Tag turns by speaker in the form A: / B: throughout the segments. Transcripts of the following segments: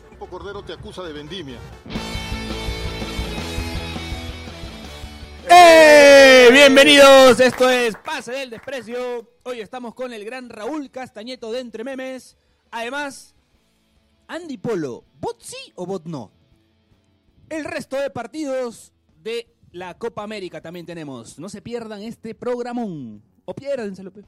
A: Guillermo Cordero te acusa de vendimia.
B: ¡Eh! Bienvenidos, esto es Pase del Desprecio. Hoy estamos con el gran Raúl Castañeto de Entre Memes. Además, Andy Polo, ¿bot sí o bot no? El resto de partidos de la Copa América también tenemos. No se pierdan este programón. O piérdenselo. pe.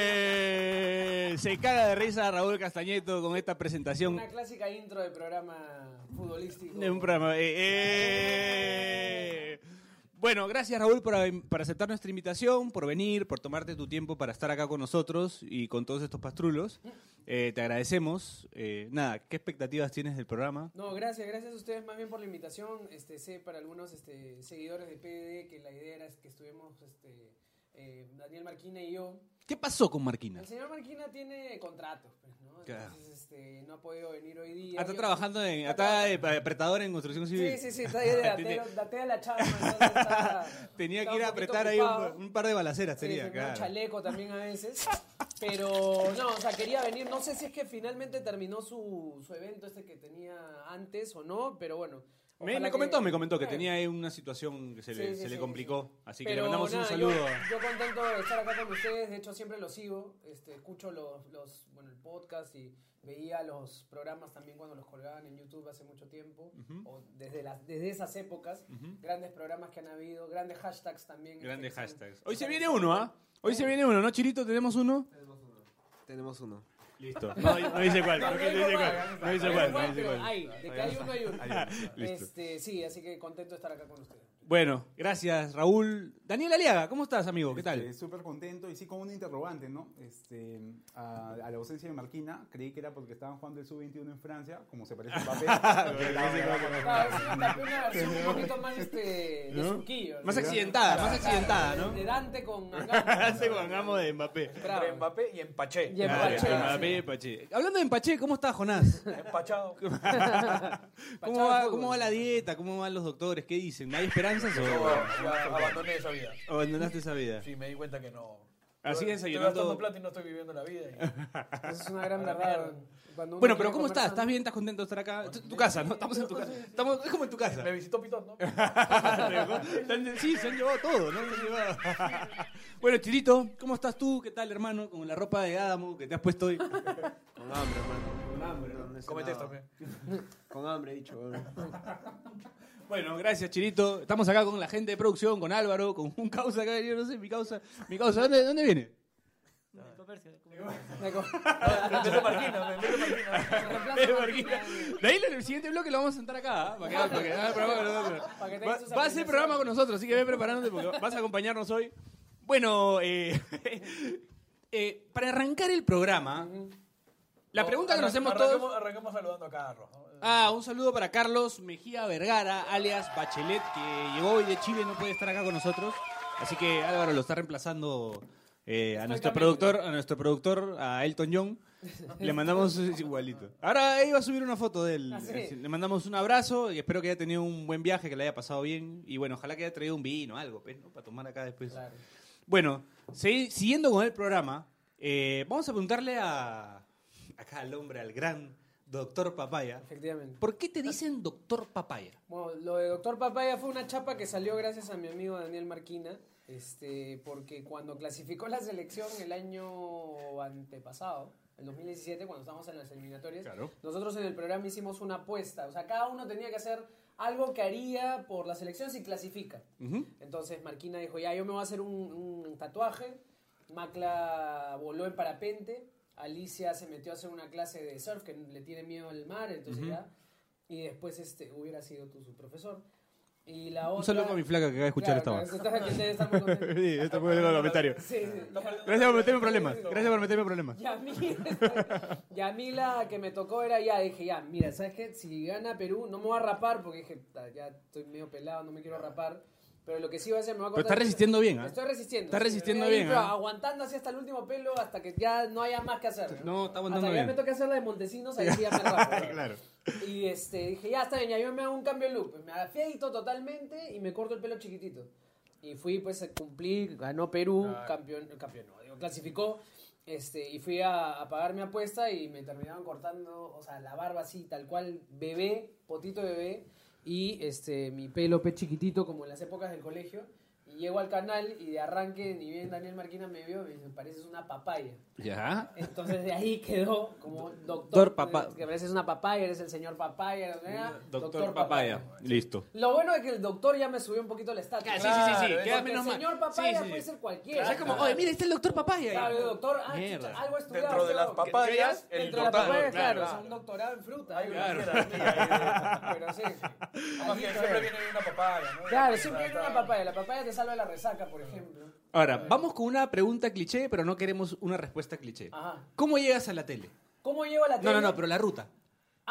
B: ¡Eh! Se caga de risa Raúl Castañeto con esta presentación
C: Una clásica intro de programa futbolístico.
B: de un programa. ¡Eh! ¡Eh! Bueno, gracias Raúl por, por aceptar nuestra invitación, por venir, por tomarte tu tiempo para estar acá con nosotros y con todos estos pastrulos. Eh, te agradecemos. Eh, nada, ¿qué expectativas tienes del programa?
C: No, gracias, gracias a ustedes más bien por la invitación. Este, sé para algunos este, seguidores de PDD que la idea era que estuvimos este, eh, Daniel Marquina y yo.
B: ¿Qué pasó con
C: El
B: Marquina? Ah,
C: señor Marquina tiene contratos, pues, ¿no?
B: Claro.
C: Entonces este, no ha podido venir hoy día.
B: Ah, está
C: Yo-
B: trabajando en,
C: Está
B: está de apretador en construcción civil.
C: Sí, sí, sí, está ahí de datero, datea la chamba. entonces está-
B: Tenía
C: está
B: que ir a
C: un poquito
B: apretar ahí un,
C: ocupado.
B: un par de balaceras,
C: Sí,
B: tenía,
C: tenía un
B: claro.
C: chaleco también a veces. Pero no, o sea, quería venir. No sé si es que finalmente terminó su, su evento este que tenía antes o no, pero bueno.
B: Me,
C: ojalá
B: me
C: que-
B: comentó, me comentó que
C: Claro.
B: tenía ahí una situación que se le,
C: Sí, sí,
B: se
C: sí,
B: le
C: sí,
B: complicó.
C: sí.
B: Así que le
C: Pero
B: mandamos un
C: nada,
B: saludo.
C: Yo, yo contento de estar acá con ustedes. De hecho, siempre los sigo. Este, escucho los, los, bueno, el podcast y veía los programas también cuando los colgaban en YouTube hace mucho tiempo. O desde, las, desde esas épocas. Grandes programas que han habido. Grandes hashtags también. este,
B: Grandes
C: que son-
B: hashtags. Hoy se viene uno, ¿ah? Hoy se viene uno, ¿no, Chirito? ¿Tenemos uno?
D: Tenemos uno.
B: Listo. No, no dice cuál,
C: No,
B: no,
C: no
B: dice
C: digo
B: cuál.
C: cuál,
B: No dice
C: no
B: cuál, no
C: digo cuál,
B: dice
C: pero
B: cuál.
C: hay, de que hay uno hay uno.
B: Listo.
C: Este, sí, así que contento de estar acá con ustedes.
B: Bueno, gracias, Raúl. Daniel Aliaga, ¿cómo estás, amigo? ¿Qué
E: Este,
B: tal?
E: Súper contento y sí con un interrogante, ¿no? Este, a, a la ausencia de Marquina, creí que era porque estaban jugando el sub-21 en Francia, como se parece a Mbappé.
C: Claro, es una, una versión un poquito más este, de surquillo.
B: Más
C: ¿no?
B: accidentada,
C: Claro,
B: más accidentada,
C: claro,
B: ¿no?
C: De Dante con
B: Hace con amo de Mbappé.
C: Bravo.
F: Entre Mbappé y Empaché.
C: Y Empaché.
B: Ah, Mbappé y Empaché. Hablando de Empaché, ¿cómo estás, Jonás?
F: Empachado.
B: ¿Cómo
C: Pachado
B: va,
C: fútbol.
B: ¿Cómo va la dieta? ¿Cómo van los doctores? ¿Qué dicen? ¿No hay esperanzas o
F: Yo ya abandoné esa vida.
B: abandonaste esa vida?
F: Sí, me di cuenta que no.
B: Así
F: Estoy-
B: desayunando-
F: Estoy gastando plata y no estoy viviendo la vida. y-
C: Esa es una gran verdad. Cuando
B: Bueno,
C: uno
B: pero
C: quiere
B: ¿cómo
C: comer
B: estás?
C: sano.
B: ¿Estás bien? ¿Estás contento de estar acá? Tu, tu casa, ¿no? Estamos en tu casa. Estamos, es como en tu casa.
F: Me visitó Pitón, ¿no?
B: Se han- sí, se han llevado todo, ¿no? Se han llevado. bueno, Chirito, ¿cómo estás tú? ¿Qué tal, hermano? Con la ropa de Adamo que te has puesto hoy.
D: Con hambre, hermano. Con hambre.
F: Comete esto. pe.
D: Con hambre, he dicho. weón.
B: Bueno, gracias, Chirito. Estamos acá con la gente de producción, con Álvaro, con un causa acá, yo no sé, mi causa. Mi causa, ¿dónde, dónde viene?
C: Me co-
F: Me mete Marquina, me mete
C: me
F: Marquina.
C: reemplaza
B: Eh,
C: con-
B: Marquina. De ahí en el siguiente bloque lo vamos a sentar acá, ¿ah? para que haga- para que haga el programa con nosotros.
C: Para que tengas sus
B: Va, va a ser
C: apreciaciones.
B: programa con nosotros, así que ve preparándote porque vas a acompañarnos hoy. Bueno, eh, eh, para arrancar el programa, la pregunta que nos hacemos todos...
F: Arranquemos- Arranquemos saludando a Carlos. ¿no?
B: Ah, un saludo para Carlos Mejía Vergara, alias Bachelet, que llegó hoy de Chile, no puede estar acá con nosotros. Así que Álvaro lo está reemplazando eh, a nuestro productor, a nuestro productor, a Elton John. Le mandamos es igualito. Ahora iba a subir una foto de él.
C: Ah, ¿sí?
B: Así, Le mandamos un abrazo y espero que haya tenido un buen viaje, que le haya pasado bien. Y bueno, ojalá que haya traído un vino, algo, pues, ¿no? para tomar acá después.
C: Claro.
B: Bueno, segui- siguiendo con el programa, eh, vamos a preguntarle a acá al hombre, al gran doctor Papaya.
C: Efectivamente.
B: ¿Por qué te dicen doctor papaya?
C: Bueno, lo de Doctor Papaya fue una chapa que salió gracias a mi amigo Daniel Marquina, este, porque cuando clasificó la selección el año antepasado, el 2017, cuando estábamos en las eliminatorias,
B: Claro.
C: nosotros en el programa hicimos una apuesta, o sea, cada uno tenía que hacer algo que haría por la selección si clasifica. Entonces Marquina dijo, ya, yo me voy a hacer un, un tatuaje, Macla voló en parapente, Alicia se metió a hacer una clase de surf que le tiene miedo al mar, entonces ya... Y después este, hubiera sido tú su profesor. Y la otra...
B: Un saludo a mi flaca que acaba de escuchar
C: Claro,
B: esta
C: claro, que debe estar muy contento.
B: Sí, esto fue el comentario.
C: Sí, sí.
B: Gracias por meterme en problemas. Gracias por meterme en problemas.
C: Y a, mí, y a mí la que me tocó era ya, dije, ya, mira, ¿sabes qué? Si gana Perú, no me voy a rapar, porque dije, "Puta, ya estoy medio pelado, no me quiero rapar. Pero lo que sí va a hacer me va a
B: Pero
C: cortar
B: está
C: el-
B: resistiendo bien, ¿ah?
C: Estoy resistiendo.
B: Está
C: Sí,
B: resistiendo
C: voy a ir,
B: bien,
C: pero
B: ¿ah?
C: Aguantando así hasta el último pelo hasta que ya no haya más que hacer.
B: No, está aguantando
C: Hasta que ya
B: bien.
C: me toque hacer la de Montesinos, ahí sí ya me rapo.
E: Claro.
C: Y este, dije, ya está bien, ya yo me hago un cambio de look. Pues Me afeito totalmente y me corto el pelo chiquitito. Y fui, pues, cumplí, ganó Perú, campeón, campeón, no, digo, clasificó. Este, y fui a, a pagar mi apuesta y me terminaron cortando, o sea, la barba así, tal cual, bebé, potito de bebé. Y este, mi pelo pe chiquitito, como en las épocas del colegio. Y llego al canal y de arranque, ni bien Daniel Marquina me vio, me dice, pareces una papaya.
B: Ya.
C: Entonces de ahí quedó como doctor
B: Doctor Papa-
C: Que pareces una papaya, eres el señor papaya. ¿verdad?
B: Doctor, Papaya. Listo.
C: Lo bueno es que el doctor ya me subió un poquito el estatus.
F: Ah, sí, sí, sí,
C: Porque
F: queda
C: el señor papaya puede ser cualquiera.
B: Es como, oye, mira, está el doctor Papaya.
C: Claro, el doctor, ah,
B: Mierda.
C: chucha, algo estudiado.
F: Dentro de las
C: claro.
F: papayas, el
C: Dentro de las
F: doctor,
C: papayas, claro,
F: claro,
C: es
F: claro.
C: un doctorado en fruta.
F: Hay una
C: algo
F: fiera
C: así. Pero sí.
F: Además
C: Ahí
F: que
C: está.
F: siempre viene una papaya, ¿no?
C: Claro, siempre hay una papaya. La papaya te salva de la resaca, por ejemplo.
B: Ahora, vamos con una pregunta cliché, pero no queremos una respuesta cliché.
C: Ajá.
B: ¿Cómo llegas a la tele?
C: ¿Cómo llevo Ah. la
B: No,
C: tele?
B: no, no, pero la ruta.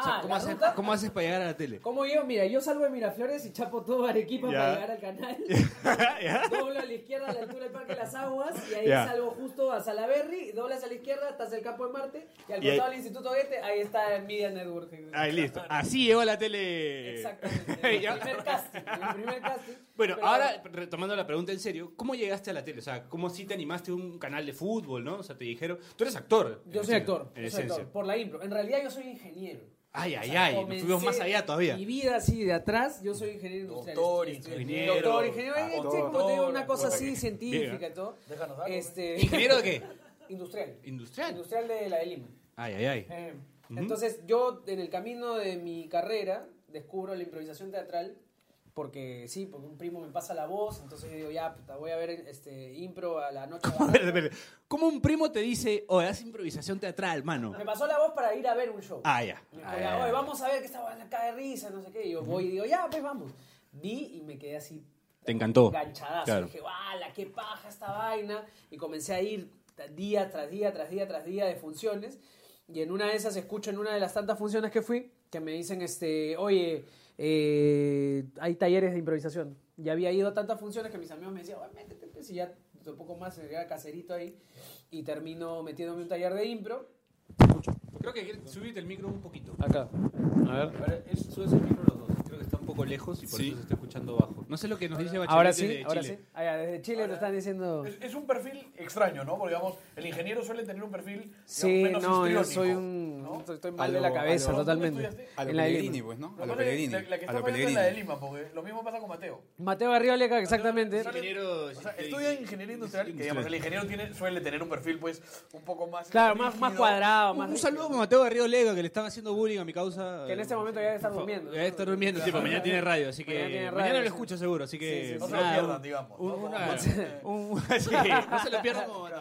B: O sea,
C: Ah,
B: ¿cómo,
C: la
B: haces,
C: ruta.
B: ¿Cómo haces para llegar a la tele?
C: Como yo, mira, yo salgo de Miraflores y chapo todo Arequipa
B: Ya.
C: para llegar al canal. Doblo a la izquierda a la altura del Parque de las Aguas y ahí
B: Ya.
C: salgo justo a Salaberry, doblas a la izquierda, estás el campo de Marte y al
B: Y ahí-
C: costado del Instituto Goethe, ahí está Media Network.
B: Ahí listo. Así llego a la tele.
C: Exactamente.
B: Ya.
C: el primer casting, el primer casting.
B: Bueno,
C: Pero-
B: ahora retomando la pregunta en serio, ¿cómo llegaste a la tele? O sea, ¿cómo si te animaste a un canal de fútbol, no? O sea, te dijeron, tú eres actor.
C: Yo
B: en
C: soy
B: esencia,
C: actor,
B: En
C: yo soy
B: esencia.
C: actor, por la impro. En realidad yo soy ingeniero.
B: Ay, ay,
C: sea,
B: ay, nos
C: comencé
B: fuimos más allá todavía.
C: Mi vida así de atrás, yo soy ingeniero industrial.
F: Doctor,
C: Estudié-
F: ingeniero,
C: Doctor, ingeniero, eh,
E: actor.
C: sí, como te digo, una cosa
F: Bueno,
C: así científica
B: bien.
C: y todo.
F: Déjanos algo,
C: Este,
B: ¿Ingeniero de qué?
C: industrial.
B: Industrial.
C: Industrial de la de Lima.
B: Ay, ay, ay.
C: Eh,
B: Ujú.
C: Entonces yo en el camino de mi carrera descubro la improvisación teatral porque sí, porque un primo me pasa la voz, entonces yo digo, ya, puta, voy a ver este impro a la noche.
B: A ver, a ver, ¿Cómo un primo te dice, oh, haz improvisación teatral, mano?
C: Me pasó la voz para ir a ver un show.
B: Ah, ya.
C: Me dijo,
B: Ah,
C: ya,
B: ya,
C: oye,
B: ya.
C: vamos a ver que esta la cae de risa, no sé qué. Y yo voy y digo, ya, pues vamos. Vi y me quedé así
B: Te encantó.
C: ganchadazo.
B: Claro.
C: Dije, ¡la qué paja esta vaina! Y comencé a ir t- día tras día, tras día, tras día de funciones. Y en una de esas escucho en una de las tantas funciones que fui que me dicen, este, oye, eh, hay talleres de improvisación. Ya había ido a tantas funciones que mis amigos me decían, "Oye, métete, pues", y ya un poco más, era caserito ahí. Y termino metiéndome en un taller de impro.
B: Creo que subiste el micro un poquito.
C: Acá. A ver.
B: Subes el micro los dos. Creo que está un poco lejos y por eso se está escuchando bajo. No sé lo que nos dice Bachelet
C: Ahora sí,
B: desde
C: ahora sí.
B: Chile.
C: Ah, ya, desde Chile te están diciendo...
F: Es, es un perfil extraño, ¿no? Porque, digamos, el ingeniero suele tener un perfil digamos,
C: Sí,
F: menos
C: no, yo
F: histriónico,
C: soy un.
F: ¿no?
C: Estoy, estoy
E: A
C: mal de
E: lo-
C: la
E: a
C: cabeza,
E: lo-
C: totalmente.
F: ¿Dónde estudiaste?
E: A lo
C: en la de
E: Pellegrini,
C: Lima.
E: pues, ¿no?
F: Lo
E: A lo
F: cual es-
E: Pellegrini.
F: La, la que
E: A
F: está
E: lo
F: fallando es la de
E: Pellegrini.
F: Lima, porque lo mismo pasa con Mateo.
C: Mateo Arrioleca, exactamente.
F: Sale-
B: Ingeniero- este,
F: o sea, estudia ingeniería industrial, que digamos, el ingeniero tiene, suele tener un perfil, pues, un poco más.
C: Claro, más, más
F: rígido.
C: cuadrado,
B: Un,
C: más.
B: un saludo para Mateo Garrido Lega, que le están haciendo bullying a mi causa. eh,
C: Que en este momento ya debe estar durmiendo.
B: Ya está durmiendo, sí, pero mañana tiene radio, así que.
C: Mañana tiene
B: Mañana,
C: radio,
B: lo
C: sí.
B: escucho seguro, así
C: Sí,
B: que.
C: sí,
F: No se
B: nada,
F: lo pierdan,
B: un-
F: digamos.
B: un-
F: ¿no?
B: una-
F: Como-
B: un- sí, no se lo pierdan como. no.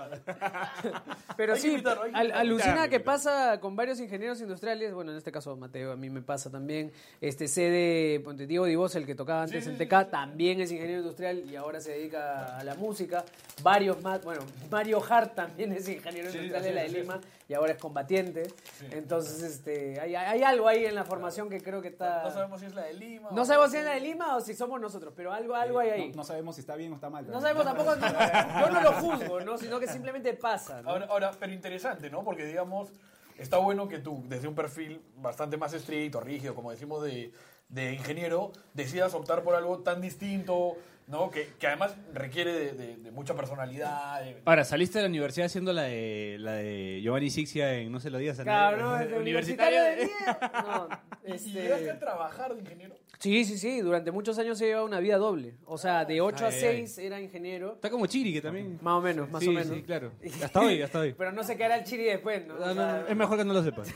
C: Pero
F: Hay que
C: sí,
F: invitarlo, hay que
C: al-
F: invitarlo.
C: alucina
B: Claro, claro.
C: que pasa con varios ingenieros industriales. Bueno, en este caso, Mateo, a mí me pasa también. Este sé de ponte, Diego Divos, el que tocaba antes
F: Sí,
C: en
F: sí,
C: TK, también es ingeniero industrial y ahora se dedica a la música. Varios más, bueno, Mario Hart también es ingeniero
F: Sí,
C: industrial
F: así
C: de la de
F: es, así es.
C: Lima y ahora es combatiente. Entonces, este hay, hay algo ahí en la formación que creo que está.
F: No sabemos si es la de Lima.
C: No
F: o-
C: sabemos si es la de Lima o si somos nosotros, pero algo, algo hay ahí.
E: No, no sabemos si está bien o está mal.
C: No sabemos tampoco, no- no- yo no lo juzgo, ¿no? sino que simplemente pasa. ¿no?
F: Ahora, ahora, pero interesante, ¿no? Porque, digamos, está bueno que tú, desde un perfil bastante más estricto, rígido, como decimos, de, de ingeniero, decidas optar por algo tan distinto, ¿no? Que, que además requiere de, de- de mucha personalidad. de-
B: Ahora, saliste de la universidad haciendo la de, la de Giovanni Sixia en No se lo digas a nadie.
C: Cabrón, este
B: eh, Universitario
C: universitario
B: de-
C: de mierda. No,
F: ¿Y- ¿Y
C: este-
F: llegaste a trabajar de ingeniero?
C: Sí, sí, sí, durante muchos años he llevado una vida doble. O sea, de 8 a
B: Ay, ay,
C: 6 era ingeniero,
B: Está como Chiri, que también.
C: más o menos, más
B: Sí,
C: o menos.
B: sí, claro. Hasta hoy, hasta hoy.
C: Pero no sé qué hará el chiri después, ¿no? O
B: Ah, No, no,
C: sea,
B: no, es mejor que no lo sepas.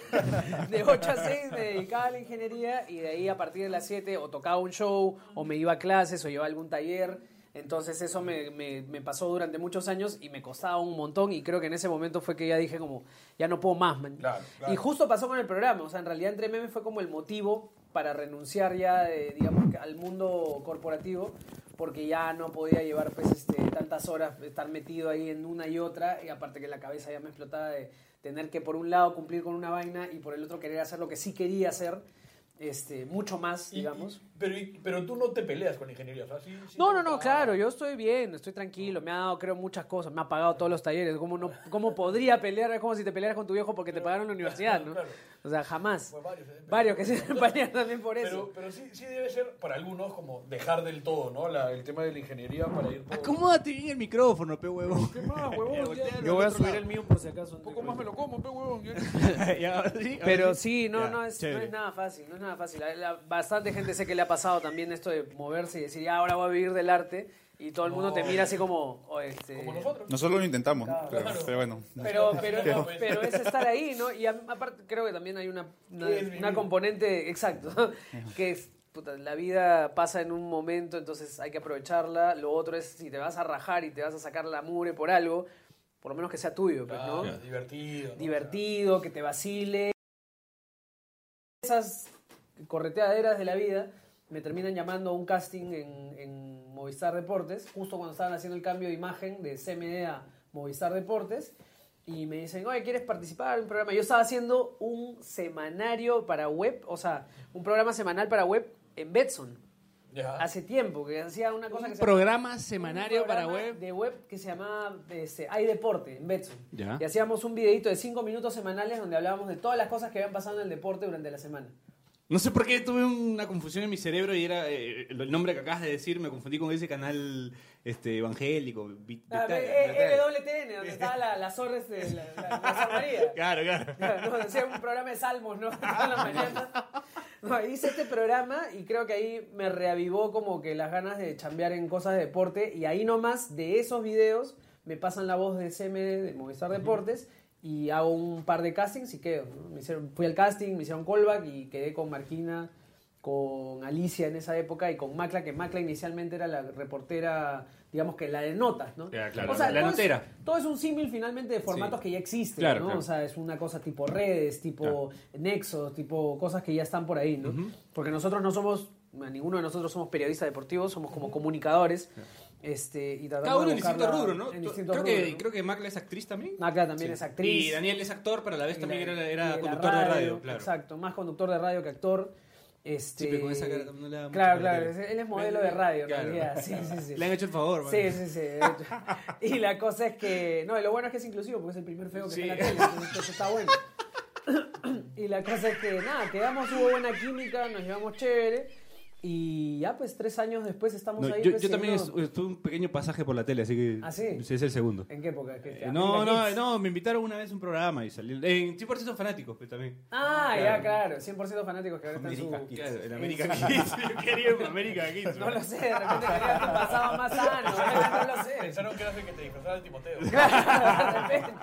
C: De 8 a 6 me dedicaba a la ingeniería y de ahí a partir de las 7 o tocaba un show o me iba a clases o llevaba algún taller. Entonces eso me, me- me pasó durante muchos años y me costaba un montón y creo que en ese momento fue que ya dije como, ya no puedo más, man.
F: Claro, claro.
C: Y justo pasó con el programa, o sea, en realidad entre memes fue como el motivo para renunciar ya, de, digamos, al mundo corporativo porque ya no podía llevar pues este, tantas horas estar metido ahí en una y otra y aparte que la cabeza ya me explotaba de tener que por un lado cumplir con una vaina y por el otro querer hacer lo que sí quería hacer este mucho más
F: Y-
C: digamos
F: y- Pero, y- pero tú no te peleas con ingeniería, o sea, sí- sí
C: No,
F: te
C: no, no,
F: gusta.
C: claro, yo estoy bien, estoy tranquilo, me ha dado, creo, muchas cosas, me ha pagado todos los talleres, ¿cómo, no, cómo podría pelear? Es como si te pelearas con tu viejo porque te pagaron la universidad, ¿no?
F: claro.
C: O sea, jamás.
F: Bueno, varios, ¿eh?
C: Varios que se pelean también por
F: Pero,
C: eso.
F: pero sí, sí debe ser para algunos como dejar del todo, ¿no? La- el tema de la ingeniería para ir por...
G: Acomódate bien el micrófono, pe huevo.
F: ¿Qué más, huevón? Ya,
H: Yo voy a subir el mío por si acaso. pues.
F: un poco más me lo como, pe, huevón. Ya.
C: Pero sí, no,
H: Ya,
C: no, es, no
H: chévere.
C: es nada fácil, no es nada fácil. La- la- bastante gente sé que le ha pasado también esto de moverse y decir, ya, ahora voy a vivir del arte, y todo el mundo te mira así como, "Oh, este,
F: Como nosotros.
H: Nosotros lo intentamos, ¿no? pero,
F: Claro.
H: pero bueno.
C: Pero, pero,
F: Claro.
C: pero es estar ahí, ¿no? Y a- aparte creo que también hay una, una,
F: Es vivir.
C: una componente, exacto, que es, puta, la vida pasa en un momento, entonces hay que aprovecharla. Lo otro es, si te vas a rajar y te vas a sacar la mugre por algo, por lo menos que sea tuyo, pues, ¿no?
F: Claro, Divertido. ¿no?
C: Divertido, que te vacile. Esas correteaderas de la vida me terminan llamando a un casting en, en Movistar Deportes, justo cuando estaban haciendo el cambio de imagen de CMD a Movistar Deportes. Y me dicen, oye, ¿quieres participar en un programa? Yo estaba haciendo un semanario para web, o sea, un programa semanal para web en Betson.
F: Ya.
C: Hace tiempo, que hacía una cosa que
B: Un
C: se llamaba-
B: programa semanario
C: un
B: para
C: programa
B: web.
C: De web que se llamaba este, Hay Deporte en Betson.
B: Ya.
C: Y hacíamos un videito de 5 minutos semanales donde hablábamos de todas las cosas que habían pasado en el deporte durante la semana.
B: No sé por qué tuve una confusión en mi cerebro y era eh, el nombre que acabas de decir, me confundí con ese canal este evangélico. vi-
C: Ah,
B: vital,
C: eh, eh,
B: vital.
C: LWTN, donde estaba la, la zorra, este, la, la- la Sor María.
B: Claro, claro.
C: No, hacía un programa de salmos, ¿no?
B: Ah,
C: Toda la mañana. No, hice este programa y creo que ahí me reavivó como que las ganas de chambear en cosas de deporte. Y ahí nomás de esos videos me pasan la voz de CM de Movistar Deportes y hago un par de castings y quedo. ¿no? Me hicieron, fui al casting, me hicieron callback y quedé con Marquina, con Alicia en esa época y con Macla, que Macla inicialmente era la reportera, digamos que la de notas, ¿no?
B: Ya, claro, la
C: todo es-
B: notera.
C: todo es un símil finalmente de formatos que ya existen,
B: Claro,
C: ¿no?
B: claro.
C: O sea, es una cosa tipo redes, tipo nexos, tipo cosas que ya están por ahí, ¿no? Porque nosotros no somos, bueno, ninguno de nosotros somos periodistas deportivos, somos como comunicadores. Este, y tratamos
B: Cada uno
C: de
B: en distinto
C: buscar la-
B: rubro, ¿no?
C: En
B: Tú-
C: distintos
B: creo, que,
C: rubros, ¿no?
B: creo que Macla es actriz también.
C: Macla también
B: Sí.
C: es actriz.
B: Y Daniel es actor, pero a la vez
C: y
B: también
C: la-
B: era,
C: y
B: era
C: la
B: conductor de radio, claro.
C: Exacto, más conductor de radio que actor. Este,
B: Sí, pero con esa cara no le da mucho
C: Claro,
B: para la
C: claro,
B: tele.
C: él es modelo de radio en
B: Claro.
C: realidad. Sí, sí, sí.
B: Le han hecho el favor, man.
C: Sí, sí, sí. de hecho. Y la cosa es que. No, y lo bueno es que es inclusivo, porque es el primer feo que
B: Sí.
C: está en la tele, entonces eso está bueno. Y la cosa es que, nada, quedamos, hubo buena química, nos llevamos chévere. Y ya, pues tres años después estamos
G: No,
C: ahí.
G: yo,
C: pues,
G: yo también
C: siguiendo-
G: es- estuve un pequeño pasaje por la tele, así que
C: ¿Ah, sí?
G: ese es el segundo.
C: ¿En qué época? ¿Qué-
G: Eh,
C: qué-
G: no,
C: América
G: no,
C: Kids?
G: no, me invitaron una vez a un programa y salí.
B: Eh,
G: En 100% fanáticos, pues también.
C: Ah, ya, claro. 100% fanáticos que ahora están en su.
E: América Kids.
G: En
C: América
G: América Kids. Yo quería en América Kids.
C: No lo sé, de repente querían que pasaba más sano. ¿eh? No lo sé.
F: Pensaron que era el que te disfrazara de Timoteo.
C: Claro, de repente.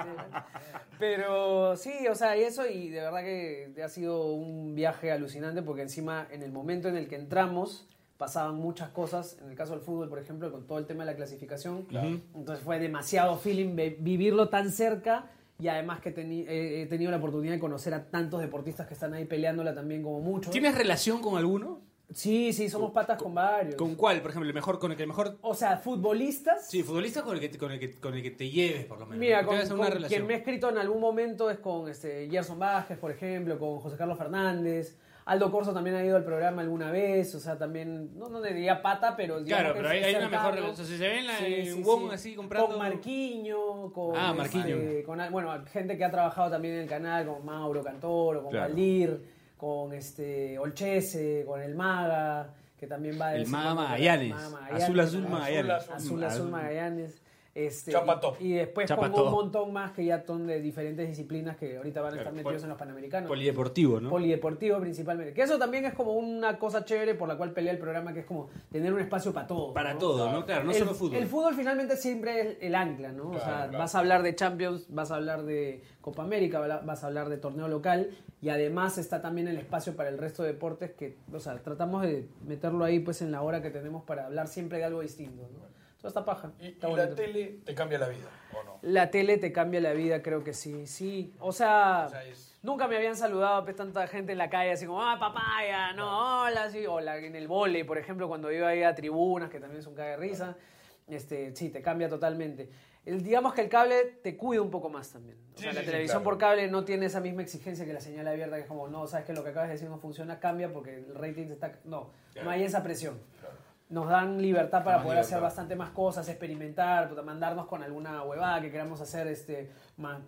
C: Pero sí, o sea, y eso, y de verdad que ha sido un viaje alucinante porque encima en el momento en el que entramos pasaban muchas cosas, en el caso del fútbol, por ejemplo, con todo el tema de la clasificación, entonces fue demasiado feeling ve- vivirlo tan cerca y además que teni- eh, he tenido la oportunidad de conocer a tantos deportistas que están ahí peleándola también como muchos.
B: ¿Tienes relación con alguno?
C: Sí, sí, somos patas con varios.
B: ¿Con cuál? Por ejemplo, el mejor, con el que mejor.
C: O sea, futbolistas.
B: Sí, futbolista con el que, con el que, con el que te lleves, por lo menos.
C: Mira,
B: Que
C: con,
B: tengas
C: con
B: una
C: quien
B: relación.
C: me ha escrito en algún momento es con este, Gerson Vázquez, por ejemplo, con José Carlos Fernández. Aldo Corso también ha ido al programa alguna vez, o sea, también, no, no le diría pata, pero digamos
B: Claro,
C: que
B: pero
C: es
B: hay, hay una
C: cercano.
B: mejor relación. Si se ven la,
C: Sí,
B: en
C: sí,
B: Wong
C: sí.
B: así comprando.
C: Con Marquiño, con,
B: Ah, Marquinho.
C: este, con al- bueno, gente que ha trabajado también en el canal, con Mauro Cantoro, con
G: Claro.
C: Valdir, con este Olchese, con el Maga, que también va de
B: El
C: vez en
B: Maga
C: cuando.
B: Magallanes.
C: Maga
G: Azul, azul,
C: ¿no?
G: Magallanes.
C: Azul Azul Magallanes. Este,
F: Chapa Top.
C: y, y después
G: Chapa
C: con
G: Top.
C: un montón más que ya son de diferentes disciplinas que ahorita van a estar
B: Claro,
C: metidos
B: pol-
C: en los Panamericanos.
G: Polideportivo, ¿no?
C: Polideportivo principalmente. Que eso también es como una cosa chévere por la cual pelea el programa, que es como tener un espacio para todo.
B: Para
C: ¿no?
B: todo, ¿no? Claro, no
C: el,
B: solo fútbol.
C: El fútbol finalmente siempre es el ancla, ¿no? o
F: Claro,
C: sea,
F: claro.
C: vas a hablar de Champions, vas a hablar de Copa América, vala- vas a hablar de torneo local y además está también el espacio para el resto de deportes que, o sea, tratamos de meterlo ahí pues en la hora que tenemos para hablar siempre de algo distinto, ¿no? Todo está paja.
F: Y, y
C: está
F: la
C: bonito.
F: tele te cambia la vida, ¿o no?
C: La tele te cambia la vida, creo que sí, sí. O sea,
F: O sea, es-
C: nunca me habían saludado pues, tanta gente en la calle, así como, ah, papaya, no, hola, así. O la- en el vole, por ejemplo, cuando iba ahí a tribunas, que también es un cague de risa. Este, sí, te cambia totalmente. el- digamos que el cable te cuida un poco más también. O
F: Sí,
C: sea,
F: sí,
C: la
F: sí,
C: televisión por
F: claro.
C: cable no tiene esa misma exigencia que la señal abierta, que es como, no, sabes que lo que acabas de decir no funciona, cambia porque el rating está... No, no hay esa presión. Nos dan libertad para
F: más
C: poder hacer
F: libertad.
C: bastante más cosas, experimentar, puta, mandarnos con alguna huevada que queramos hacer, este, más,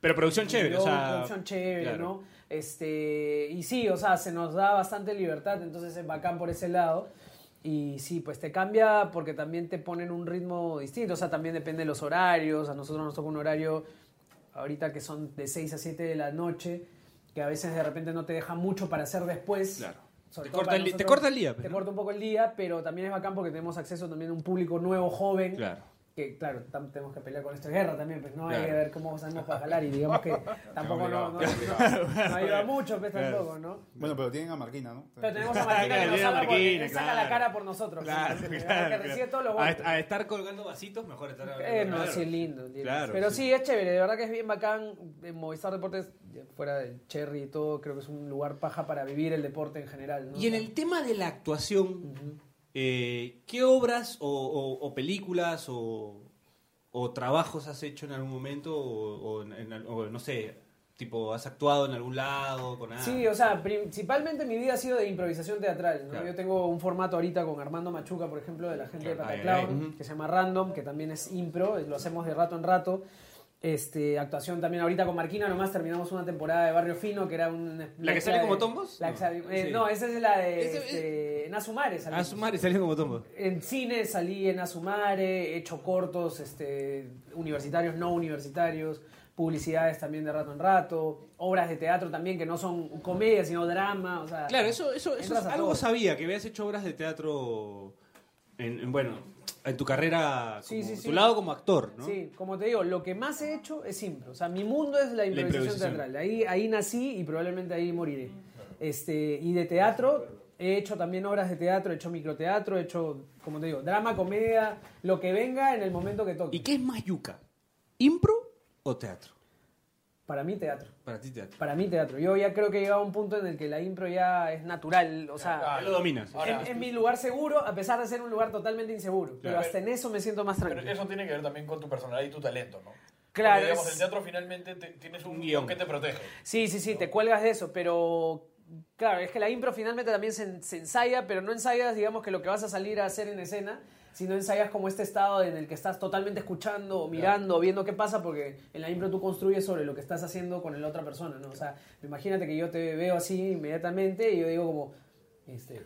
B: Pero producción chévere, o
C: Guión,
B: sea.
C: producción chévere,
B: claro.
C: ¿no? Este, y sí, o sea, se nos da bastante libertad, entonces es bacán por ese lado. Y sí, pues te cambia porque también te ponen un ritmo distinto, o sea, también depende de los horarios. A nosotros nos toca un horario ahorita que son de 6 a 7 de la noche, que a veces de repente no te deja mucho para hacer después.
B: Claro.
C: Sobre
B: Te
C: todo
B: corta
C: para
B: el di- te
C: nosotros,
B: corta el día, pues,
C: Te
B: ¿no?
C: corta un poco el día, pero también es bacán porque tenemos acceso también a un público nuevo, joven
B: Claro.
C: que claro, tam- tenemos que pelear con esto de guerra también, pues no hay que
B: Claro.
C: ver cómo salimos para jalar y digamos que tampoco no, no, no, no ayuda mucho, pues tampoco, ¿no?
E: Bueno, pero tienen a Marquina, ¿no?
C: Pero tenemos a Marquina que nos
B: Claro,
C: habla porque
B: Marquina,
C: él saca
B: claro.
C: la cara por nosotros,
B: Claro,
C: ¿no? Porque
B: claro,
C: que recibe
B: claro.
C: todos los
B: a,
C: golpes.
B: est- a estar colgando vasitos, mejor estar.
C: Eh, no,
B: Claro.
C: sí, lindo. lindo.
B: Claro,
C: Pero
B: sí.
C: sí. es chévere, de verdad que es bien bacán. En Movistar Deportes, ya fuera del Cherry y todo, creo que es un lugar paja para vivir el deporte en general, ¿no?
B: Y en el tema de la actuación, eh, ¿qué obras o, o- o películas o, o trabajos has hecho en algún momento? O, o en- en al- o no sé, tipo, ¿has actuado en algún lado? con algo?
C: Sí, o sea, principalmente mi vida ha sido de improvisación teatral. ¿no?
B: Claro.
C: Yo tengo un formato ahorita con Armando Machuca, por ejemplo, de la gente
B: Claro.
C: de
B: Ay, ay,
C: Pataclown, que se llama Random, que también es impro, eh, lo hacemos de rato en rato. Este, actuación también ahorita con Marquina, nomás terminamos una temporada de Barrio Fino, que era un...
B: ¿La que sale como tombos?
C: la que
B: No.
C: sale- eh,
B: Sí.
C: No, esa es la de
B: Ese-
C: este, en Azumare. salimos.
B: A sumar y salir como tombo.
C: En cine salí en Azumare, he hecho cortos este, universitarios, no universitarios, publicidades también de rato en rato, obras de teatro también que no son comedia, sino drama. O sea,
B: Claro, eso, eso, eso
C: Entras
B: es-
C: a
B: algo
C: todo.
B: sabía, que habías hecho obras de teatro en, en, bueno, en tu carrera,
C: Sí,
B: como-
C: sí, sí.
B: tu lado como actor, ¿no?
C: Sí, como te digo, lo que más he hecho es impro. O sea, mi mundo es la improvisación,
B: improvisación.
C: teatral. Ahí, ahí nací y probablemente ahí moriré. Este, y de teatro, he hecho también obras de teatro, he hecho microteatro, he hecho, como te digo, drama, comedia, lo que venga en el momento que toque.
B: ¿Y qué es más yuca? ¿Impro o teatro?
C: Para mí, teatro.
B: Para ti teatro.
C: Para mí, teatro. Yo ya creo que he llegado a un punto en el que la impro ya es natural. O sea,
B: Ya lo dominas.
F: Ah, Ahora,
C: es, es mi lugar seguro, a pesar de ser un lugar totalmente inseguro. Pero hasta en eso me siento más
F: pero
C: tranquilo.
F: eso tiene que ver también con tu personalidad y tu talento, ¿no?
C: Claro,
F: Porque, digamos,
C: es-
F: el teatro finalmente te- tienes un
B: guión.
F: guión que te protege.
C: Sí, sí, sí, te cuelgas de eso, pero. Claro, es que la impro finalmente también se, en- se ensaya, pero no ensayas, digamos, que lo que vas a salir a hacer en escena, sino ensayas como este estado en el que estás totalmente escuchando, o mirando, o viendo qué pasa, porque en la impro tú construyes sobre lo que estás haciendo con la otra persona, ¿no? O sea, imagínate que yo te veo así inmediatamente y yo digo como, este,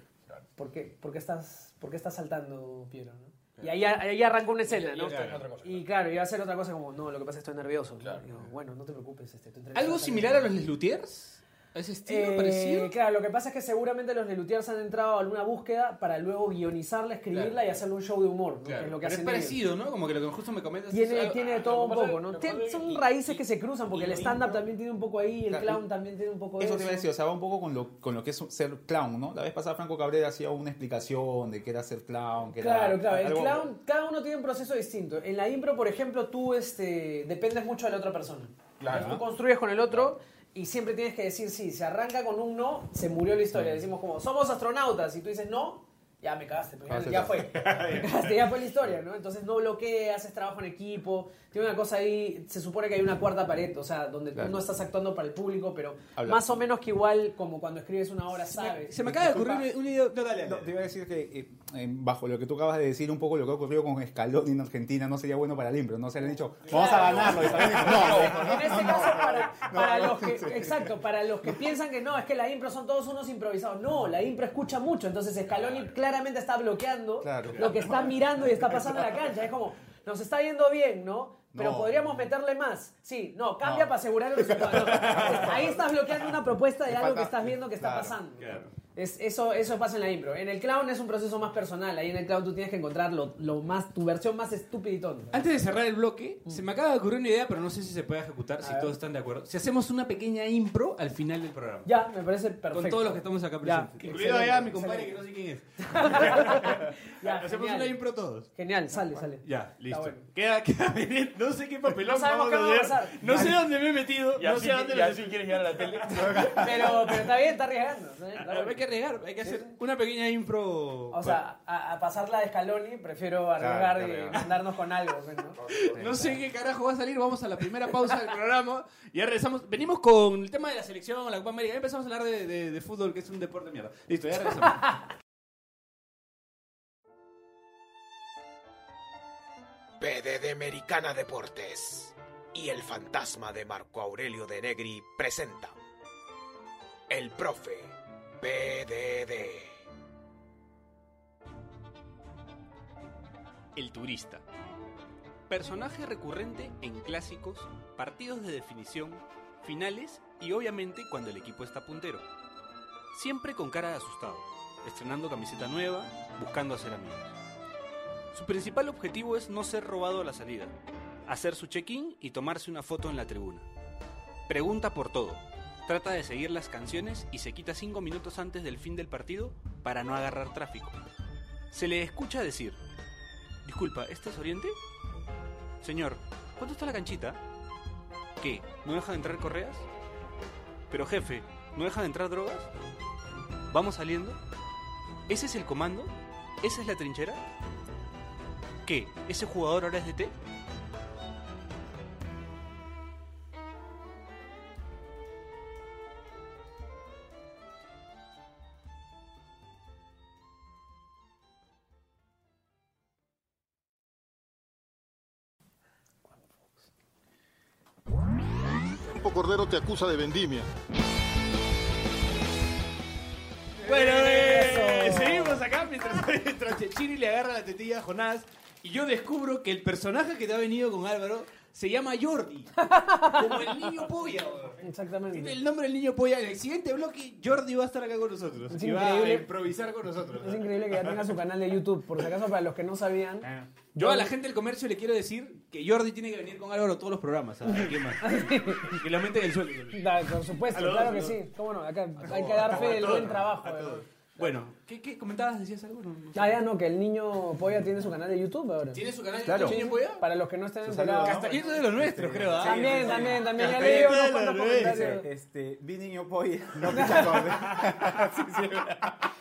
C: ¿por qué, por qué estás, por qué estás saltando, Piero, no? Y ahí, ahí arranca una escena,
F: Y
C: ¿no?
F: esto es otra cosa,
C: Y claro, y va a ser otra cosa como, no, lo que pasa es que estoy nervioso. ¿no? Digo, bueno, no te preocupes. Este, tu entrevista
B: ¿Algo
C: está
B: similar
C: bien".
B: a los Leslutiers? ¿A ese estilo
C: Eh,
B: parecido?
C: Claro, lo que pasa es que seguramente los Lelutiers han entrado a alguna búsqueda para luego guionizarla, escribirla
B: Claro.
C: y hacerle un show de humor, ¿no?
B: Claro,
C: que es lo
B: pero
C: que
B: es
C: hacen ellos.
B: parecido, ¿no? Como que lo que justo me comentas
C: Tiene,
B: es algo-
C: tiene de
B: ah,
C: todo un
F: lo que pasa
C: poco,
F: es-
C: ¿no?
F: lo que
C: Tien-
F: pasa es
C: son
F: que-
C: raíces que se cruzan, porque
B: y
C: el
B: lo
C: stand-up también tiene un poco ahí, el
E: Claro,
C: clown
E: y-
C: también tiene un poco de
E: Eso
C: eso.
E: te iba a decir, o sea, va un poco con lo, con lo que es ser clown, ¿no? La vez pasada Franco Cabrera hacía una explicación de qué era ser clown, que era
C: Claro, claro. El
E: algo-
C: clown, cada uno tiene un proceso distinto. En la impro, por ejemplo, tú este, dependes mucho de la otra persona.
F: Claro.
C: Tú construyes con el otro y siempre tienes que decir sí. Se arranca con un no, se murió la historia. Decimos como, somos astronautas. Y tú dices no, ya me cagaste. pues, ya-
E: Ah, sí,
C: ya,
E: sí.
C: fue. Me cagaste, ya fue la historia, ¿no? Entonces no bloqueas, haces trabajo en equipo. Tiene una cosa ahí, se supone que hay una cuarta pared, o sea, donde
E: Claro.
C: tú no estás actuando para el público, pero
E: Habla.
C: más o menos que igual como cuando escribes una obra, sabes.
B: Se me acaba de ocurrir una idea. Ah, No, dale,
E: No,
B: dale.
E: te iba a decir que eh, eh, bajo lo que tú acabas de decir, un poco lo que ha ocurrido con Scaloni en Argentina no sería bueno para el impro, ¿no? Se le han dicho, vamos a
C: Claro.
E: ganarlo. Y Scaloni dijo, no,
C: En este caso, para,
E: no,
C: para
E: no,
C: los que, exacto, para los que piensan que no, es que la impro son todos unos improvisados. No, la impro escucha mucho. Entonces Scaloni claramente está bloqueando
E: Claro.
C: lo que está mirando y está pasando en la cancha. Es como, nos está yendo bien, ¿no? Pero
E: No.
C: podríamos meterle más. Sí, no, cambia para asegurar el resultado. No, no. Ahí estás bloqueando una propuesta de algo que
E: falta-
C: estás viendo que está
E: claro,
C: pasando.
B: claro.
C: Es, eso, eso pasa en la impro. En el clown es un proceso más personal. Ahí en el clown tú tienes que encontrar lo, lo más, tu versión más estúpida y tonta.
B: Antes de cerrar el bloque, se me acaba de ocurrir una idea, pero no sé si se puede ejecutar, si todos están de acuerdo. Si hacemos una pequeña impro al final del programa.
C: Ya, me parece perfecto.
B: Con todos los que estamos acá
C: Ya,
B: presentes.
C: Incluido
B: allá
C: allá
B: mi
C: mi
B: compadre
C: compadre
B: que no sé quién es.
C: Ya,
B: Hacemos
C: genial.
B: una impro todos.
C: Genial, sale, sale.
B: Ya, listo.
C: bueno.
B: Queda, queda bien. No sé qué papelón
C: No
B: vamos
C: sabemos qué va a
B: hacer.
C: pasar.
B: No sé dónde me he metido.
F: Y
B: No
F: así,
B: sé a dónde
F: y
B: lo
F: así quieres llegar a la tele.
C: Pero, pero está bien, está arriesgando. ¿eh? Está
B: Hay
C: bueno.
B: que que arriesgar, hay que hacer una pequeña impro.
C: O sea, a, a pasarla de Scaloni prefiero arriesgar
E: claro,
C: y
E: claro.
C: mandarnos con algo. pues, ¿no?
B: No sé qué carajo va a salir, vamos a la primera pausa del programa y ya regresamos. Venimos con el tema de la selección, la Copa América, ya empezamos a hablar de, de- de fútbol, que es un deporte de mierda. Listo, ya regresamos.
I: PD de Americana Deportes y el fantasma de Marco Aurelio de Negri presenta El profe PDD.
J: El turista. Personaje recurrente en clásicos, partidos de definición, finales y obviamente cuando el equipo está puntero. Siempre con cara de asustado, estrenando camiseta nueva, buscando hacer amigos. Su principal objetivo es no ser robado a la salida, hacer su check-in y tomarse una foto en la tribuna. Pregunta por todo, trata de seguir las canciones y se quita 5 minutos antes del fin del partido para no agarrar tráfico. Se le escucha decir, Disculpa, ¿este es Oriente? Señor, ¿cuánto está la canchita? ¿Qué? ¿No deja de entrar correas? Pero jefe, ¿no deja de entrar drogas? ¿Vamos saliendo? ¿Ese es el comando? ¿Esa es la trinchera? ¿Qué? ¿Ese jugador ahora es de T?
A: Cordero te acusa de vendimia.
B: Bueno, eh, seguimos acá mientras, mientras Chechiri le agarra la tetilla a Jonás y yo descubro que el personaje que te ha venido con Álvaro se llama Jordi, como el niño polla. weón. Tiene
C: Exactamente.
B: Este El nombre del niño polla. En el siguiente bloque, Jordi va a estar acá con nosotros
C: Es
B: y va a
C: increíble.
B: improvisar con nosotros.
C: Es increíble que ya tenga su canal de YouTube. Por si acaso, para los que no sabían,
E: Ah.
B: Yo a la gente del comercio le quiero decir que Jordi tiene que venir con Álvaro a todos los programas. ¿ah? ¿Qué más? que le aumenten el sueldo. también.
C: da- por supuesto,
B: A los
C: claro
B: dos,
C: que
B: ¿no?
C: sí. ¿Cómo no? Acá hay que dar fe del buen trabajo. ¿verdad?
B: Bueno, ¿qué, qué comentabas? ¿Decías algo? No, no sé.
C: Ah, ya no, que el niño Polla tiene su canal de YouTube ahora.
B: ¿Tiene su canal
E: Claro.
B: de niño polla?
C: Para los que no estén
E: saludos.
C: enterados.
B: Castañeto es de los nuestros, creo. ¿ah?
C: También, también, también. Ya leí
B: Castañeto
C: unos
B: de
C: cuantos
B: la Nuez.
C: comentarios.
E: Dice, este, vi niño polla. No pincha corte.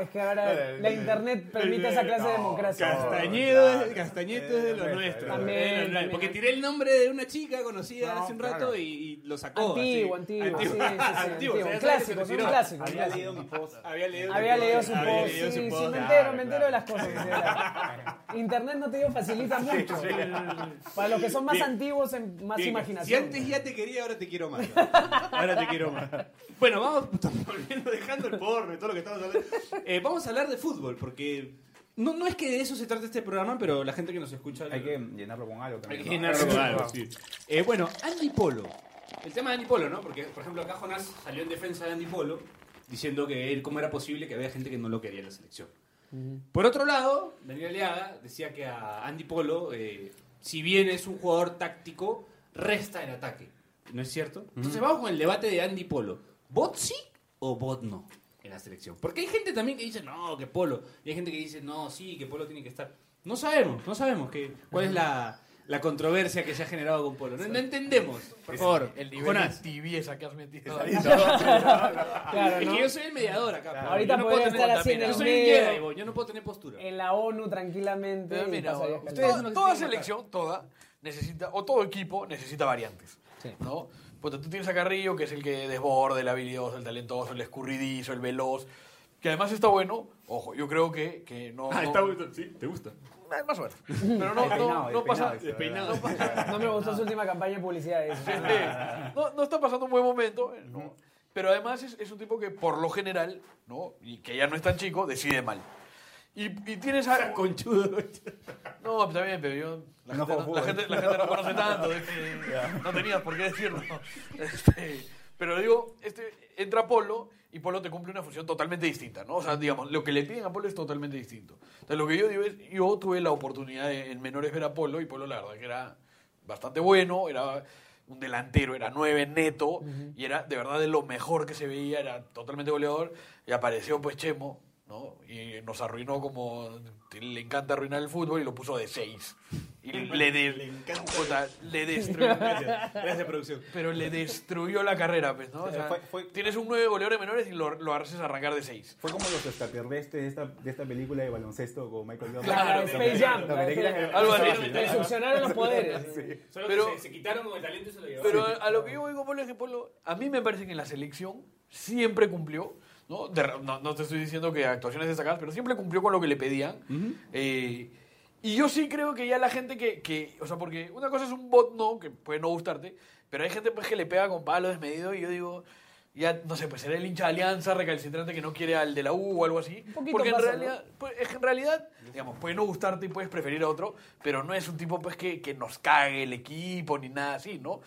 C: Es que ahora la internet permite esa clase de democracia.
B: Castañedo es- Castañeto es de los nuestros.
C: También,
B: Eh, no, no,
C: también.
B: Porque tiré el nombre de una chica conocida
E: No,
B: hace un rato
E: claro.
B: y, y lo sacó. Oh,
C: Antiguo,
B: así.
C: antiguo, sí, sí, sí, antiguo.
B: o sea,
C: Un
B: ya sabes que se
C: clásico, es un
B: retiró.
C: clásico. un
E: Había
C: clásico.
E: leído mi post.
B: Había leído,
C: Había leído su
B: había
C: post,
B: leído su
C: sí, sí,
B: post.
C: me
E: Ah,
C: entero, me entero
E: claro.
C: de las cosas. en general. Internet no te facilita mucho. Para los que son más
B: Bien.
C: antiguos, en- más
B: Bien, Si
C: imaginación.
B: antes ya te quería, ahora te quiero más. Ahora te quiero más. Bueno, vamos volviendo, dejando el porno y todo lo que estamos hablando. Eh, vamos a hablar de fútbol, porque no, no es que de eso se trate este programa, pero la gente que nos escucha.
E: Hay que llenarlo con algo
B: Hay
E: también.
B: que
E: ¿no?
B: llenarlo con algo, sí. Eh, bueno, Andy Polo. El tema de Andy Polo, ¿no? Porque, por ejemplo, acá Jonás salió en defensa de Andy Polo diciendo que él, cómo era posible que había gente que no lo quería en la selección. Por otro lado, Daniel Aliaga decía que a Andy Polo, eh, si bien es un jugador táctico, resta en ataque. ¿No es cierto? Entonces vamos con el debate de Andy Polo. ¿Bot sí o bot no en la selección? Porque hay gente también que dice, no, que Polo. Y hay gente que dice, no, sí, que Polo tiene que estar. No sabemos, no sabemos que, cuál es la, la controversia que se ha generado con Polo. No, no entendemos, por favor.
F: El nivel
B: Jonás.
F: de tibieza que has metido.
C: Claro,
B: Es
C: ¿no?
B: que yo soy el mediador acá. pero
C: Ahorita
B: yo no puedo
C: podría
B: tener-
C: estar así en
B: Yo
C: el
B: soy un
C: medio.
B: Jedi, bo, yo no puedo tener postura.
C: En la ONU tranquilamente. y
F: Pero Ah, mira,
C: pasa ahí.
F: ustedes- toda selección, toda, necesita, o todo equipo necesita variantes. ¿no? Porque tú tienes a Carrillo, que es el que desborde, el habilidoso, el talentoso, el escurridizo, el veloz, que además está bueno. Ojo, yo creo que, que no. no-
B: Ah, bueno, sí, te gusta.
F: Ah, Más o menos. Pero no, no, no pasa.
E: Despeinado.
C: No me gustó su última campaña de publicidad. eso.
F: no, no está pasando un buen momento. eh, no. Pero además es, es un tipo que, por lo general, ¿no? y que ya no es tan chico, decide mal. Y, y tienes a.
B: Conchudo.
F: No, pues, está bien, pero yo. La,
E: No juego
F: gente, no, la,
E: fútbol.
F: gente, la gente no conoce tanto. este, No tenías por qué decirlo. Este, pero digo, este, entra Polo y Polo te cumple una función totalmente distinta, ¿no? O sea, digamos, lo que le piden a Polo es totalmente distinto. Entonces, lo que yo digo es, yo tuve la oportunidad de, en menores ver a Polo y Polo, la verdad, que era bastante bueno, era un delantero, era nueve neto y era de verdad de lo mejor que se veía, era totalmente goleador y apareció pues Chemo, ¿no? Y nos arruinó como le encanta arruinar el fútbol y lo puso de seis. Y le, de- puta, le destruyó.
B: Gracias, gracias, producción.
F: Pero le destruyó la carrera, pues, ¿no? O
E: Eh,
F: sea,
E: fue- fue-
F: tienes un 9 goleador de menores y lo, lo haces arrancar de 6.
E: Fue como los extraterrestres de esta, de esta película de baloncesto con Michael Jordan.
F: Claro,
E: Lo que-
F: Space Jam.
E: lo que te quieren-
F: Algo así.
E: Fácil,
F: Le
E: ¿no?
F: succionaron los poderes.
E: Sí.
B: Solo
F: Pero-
B: que se, se quitaron con el talento y se lo llevaron.
F: Pero a, a lo que yo digo, Polo, es que Polo, a mí me parece que en la selección siempre cumplió. No, De re- no, no te estoy diciendo que actuaciones destacadas, pero siempre cumplió con lo que le pedían. Eh, y yo sí creo que ya la gente que, que- O sea, porque una cosa es un bot no, que puede no gustarte, pero hay gente pues que le pega con palo desmedido y yo digo. Ya, no sé, pues será el hincha de Alianza recalcitrante que no quiere al de la U o algo así.
C: poquito
F: Porque en
C: pasa,
F: realidad, pues, es que en realidad, digamos, puede no gustarte y puedes preferir a otro, pero no es un tipo pues que, que nos cague el equipo ni nada así, ¿no?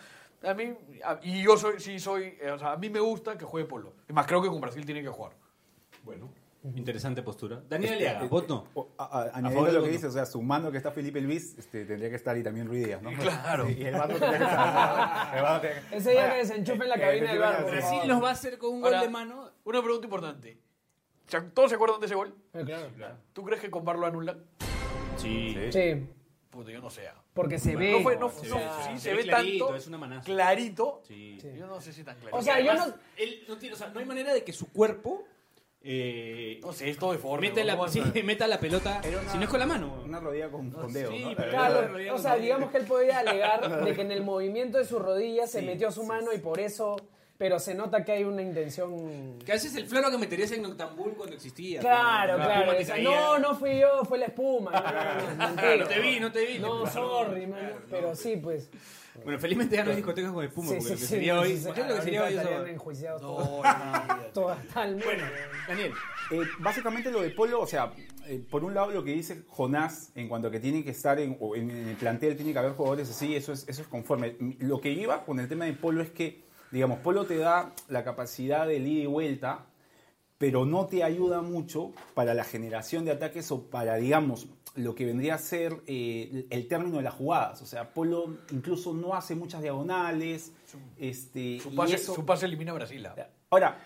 F: A mí, a- y yo soy, sí soy, eh, o sea, a mí me gusta que juegue Polo. Es más, creo que con Brasil tiene que jugar.
B: Bueno, interesante postura. Daniel Aliaga,
E: Este,
B: vot no.
E: o- a- a-
B: favor
E: Añadiendo
B: del
E: lo que
B: voto.
E: dice, o sea, sumando que está Felipe Luis, este, tendría que estar ahí también Ruiz Díaz, ¿no?
F: Claro.
E: Y el barco tendría que estar. ¿no? El barco tendría que-
C: Ese día
E: Ahora,
C: que desenchufe en la
E: eh,
C: cabina del barco.
E: efectivamente,
C: por
G: Brasil nos va a hacer con un
F: Ahora-
G: gol de mano.
F: Una pregunta importante. ¿Se ac- ¿Todos se acuerdan de ese gol?
C: favor. Claro.
F: ¿Tú crees que con VAR lo anulan?
B: Sí.
C: Sí,
F: Puta, yo no sé. ah.
C: porque se ve.
F: No fue, no,
B: se
F: no,
B: ve,
F: sí, se,
B: se ve
F: ve
B: clarito,
F: tanto.
B: es una manaza.
F: Clarito.
B: Sí.
C: Sí.
F: Yo no sé si tan clarito.
C: O sea, yo no.
B: Además, él no tiene- o sea, no hay manera de que su cuerpo eh,
F: no sé, es todo deforme.
G: Mete
F: ¿no?
G: la,
F: ¿Cómo vas a
G: sí,
F: saber?
G: meta la pelota,
E: Era una-
G: si no es con la mano.
E: Una rodilla con, con dedos,
B: sí,
E: ¿no?
B: pero-
C: Claro, o sea, digamos que él podía alegar de que en el movimiento de su rodilla se metió su mano y por eso. Pero se nota que hay una intención.
G: Que haces el floro que meterías en Noctambul cuando existía.
C: Claro,
G: Con la
C: claro.
G: espuma que
C: esa-
G: caía.
C: no, no fui yo, fue la espuma. No, no, no, mentira.
B: Ah, No te vi, no te vi.
C: No,
B: Claro.
C: sorry, man. pero sí, pues.
B: Bueno, felizmente ya no hay discotecas con espuma,
C: Sí,
B: porque
C: sí,
B: lo que
C: sí,
B: sería
C: no,
B: hoy.
C: sí, sí.
B: ¿Qué es lo que sería hoy
C: Ahorita
B: eso?
C: estarían enjuiciados todos.
F: No, olvídate.
C: Totalmente.
B: Daniel,
E: Eh, básicamente lo de Polo, o sea, eh, por un lado lo que dice Jonás en cuanto a que tienen que estar en, o en- en el plantel, tiene que haber jugadores así, eso es, eso es conforme. M- Lo que iba con el tema de Polo es que, digamos, Polo te da la capacidad de ida y vuelta, pero no te ayuda mucho para la generación de ataques o para, digamos, lo que vendría a ser eh, el término de las jugadas. O sea, Polo incluso no hace muchas diagonales. este,
F: Su
E: y
F: pase,
E: eso-
F: su pase elimina a Brasil. ah.
E: Ahora,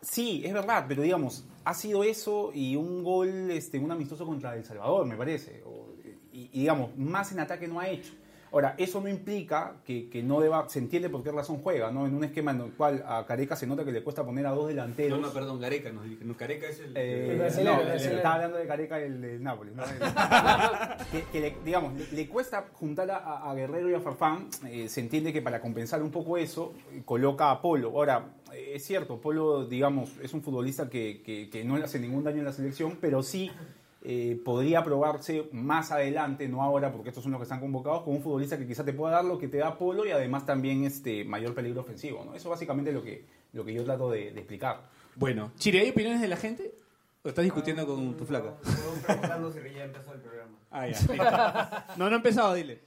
E: sí, es verdad, pero digamos, ha sido eso y un gol, este, un amistoso contra El Salvador, me parece. O- y, y digamos, más en ataque no ha hecho. Ahora, eso no implica que, que no deba, se entiende por qué razón juega, ¿no? En un esquema en el cual a Careca se nota que le cuesta poner a dos
B: no,
E: delanteros.
B: no, perdón, Gareca nos dice. No, Gareca es el.
E: Eh,
C: El brasileño,
E: no,
C: el brasileño.
E: Estaba hablando de Careca el de Nápoles. ¿no? que, que le, digamos, le, le cuesta juntar a, a Guerrero y a Farfán. eh, se entiende que para compensar un poco eso, eh, coloca a Polo. Ahora, eh, es cierto, Polo, digamos, es un futbolista que, que- que no le hace ningún daño en la selección, pero sí. eh, podría probarse más adelante, no ahora, porque estos son los que están convocados, con un futbolista que quizá te pueda dar lo que te da Polo y además también este mayor peligro ofensivo. ¿no? Eso básicamente es lo que, lo que yo trato de- de explicar.
G: Bueno, Chiri, ¿hay opiniones de la gente? ¿O estás discutiendo con tu flaca?
D: preguntando si ya empezó el programa.
G: Ah, ya. listo. No, no he empezado, dile.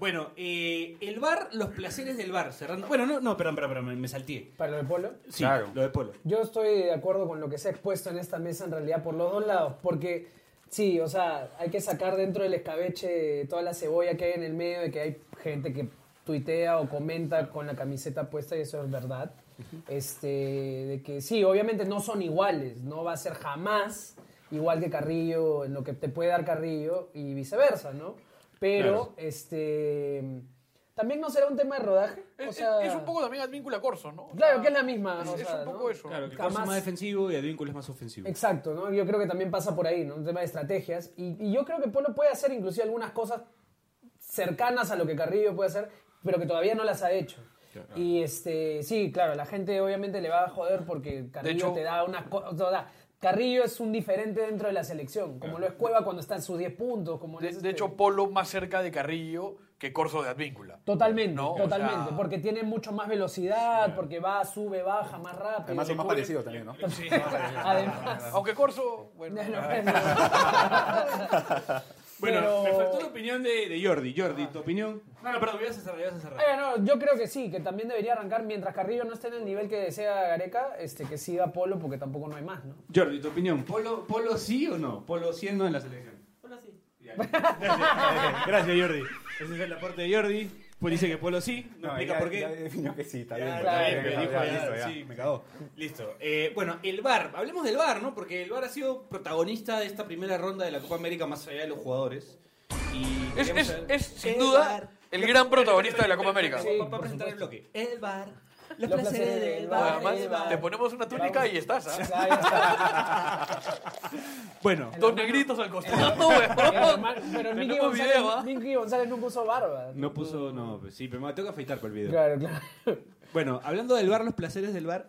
B: Bueno, eh, el bar, los placeres del bar. Cerrando. Bueno, no, no, perdón, perdón, perdón, me- me salté.
C: Para lo de Polo.
B: Sí, lo de Polo.
C: Yo estoy de acuerdo con lo que se ha expuesto en esta mesa en realidad por los dos lados, porque sí, o sea, hay que sacar dentro del escabeche toda la cebolla que hay en el medio, de que hay gente que tuitea o comenta con la camiseta puesta y eso es verdad. Este, de que sí, obviamente no son iguales, no va a ser jamás igual que Carrillo en lo que te puede dar Carrillo y viceversa, ¿no? Pero este también no será un tema de rodaje, o
F: Es,
C: sea,
F: es- es un poco también advíncula corso, ¿no? O
C: Claro,
F: sea,
C: que es la misma,
F: Es,
C: o
F: es
C: sea,
F: un poco
C: ¿no?
F: eso.
B: Claro, que el
C: Jamás-
B: Corso es más defensivo y Advínculo es más ofensivo.
C: Exacto, ¿no? Yo creo que también pasa por ahí, ¿no? Un tema de estrategias. Y, y yo creo que Polo puede hacer inclusive algunas cosas cercanas a lo que Carrillo puede hacer, pero que todavía no las ha hecho. Y este, sí, claro, la gente obviamente le va a joder porque Carrillo
F: hecho-
C: te da unas cosas. Carrillo es un diferente dentro de la selección, como lo es Cueva cuando está en sus 10 puntos, como lo
F: De,
C: es,
F: de
C: este-
F: hecho, Polo más cerca de Carrillo que Corso de Advíncula.
C: Totalmente,
F: No, o
C: totalmente,
F: sea-
C: porque tiene mucho más velocidad, porque va, sube, baja más rápido.
E: Además son más
C: Cubre-
E: parecidos también, ¿no?
C: Además.
F: Aunque Corso, bueno. ah,
B: Bueno,
C: Pero-
B: me faltó la opinión de, de Jordi. Jordi, ¿tu opinión? No, no, perdón, ya se cerrar, ya se cerrar.
C: Ah, no, yo creo que sí, que también debería arrancar mientras Carrillo no esté en el nivel que desea Gareca, este, que siga Polo porque tampoco no hay más, ¿no?
B: Jordi, tu opinión. ¿Polo, ¿Polo sí o no? ¿Polo sí o no en la selección? Polo sí. Gracias, Gracias, Jordi. Ese es el aporte de Jordi. Pues dice que Polo sí, no, explica
E: ya-
B: por qué.
E: Ya definió que sí, está
B: Ya,
E: bien.
B: está
E: está
C: claro,
B: bien,
E: bien,
B: me
E: ya,
B: dijo
E: ya,
B: ya,
E: listo, ya.
B: sí, me cagó. Listo. Eh, bueno, el VAR. Hablemos del VAR, ¿no? Porque el VAR ha sido protagonista de esta primera ronda de la Copa América más allá de los jugadores. Y Y
F: Es,
B: queremos
F: es-
B: saber-
F: es, sin duda el gran protagonista de la Copa América.
B: Sí, para presentar el bloque. Eh, El bar. Los,
C: Los
B: placeres
C: placeres
B: del
C: del
B: bar. el
F: Además,
B: bar.
F: te ponemos una túnica y estás, ¿ah?
C: Ya, ya está.
B: Bueno,
F: Dos negritos al costado,
C: Pero,
F: weón.
C: hermano, pero
F: Tenemos
C: Nicky González,
F: video, ¿ah?
C: Nicky González no puso barba.
B: no puso. No, pues sí, pero me tengo que afeitar para el video.
C: Claro, claro.
B: Bueno, hablando del bar, los placeres del bar.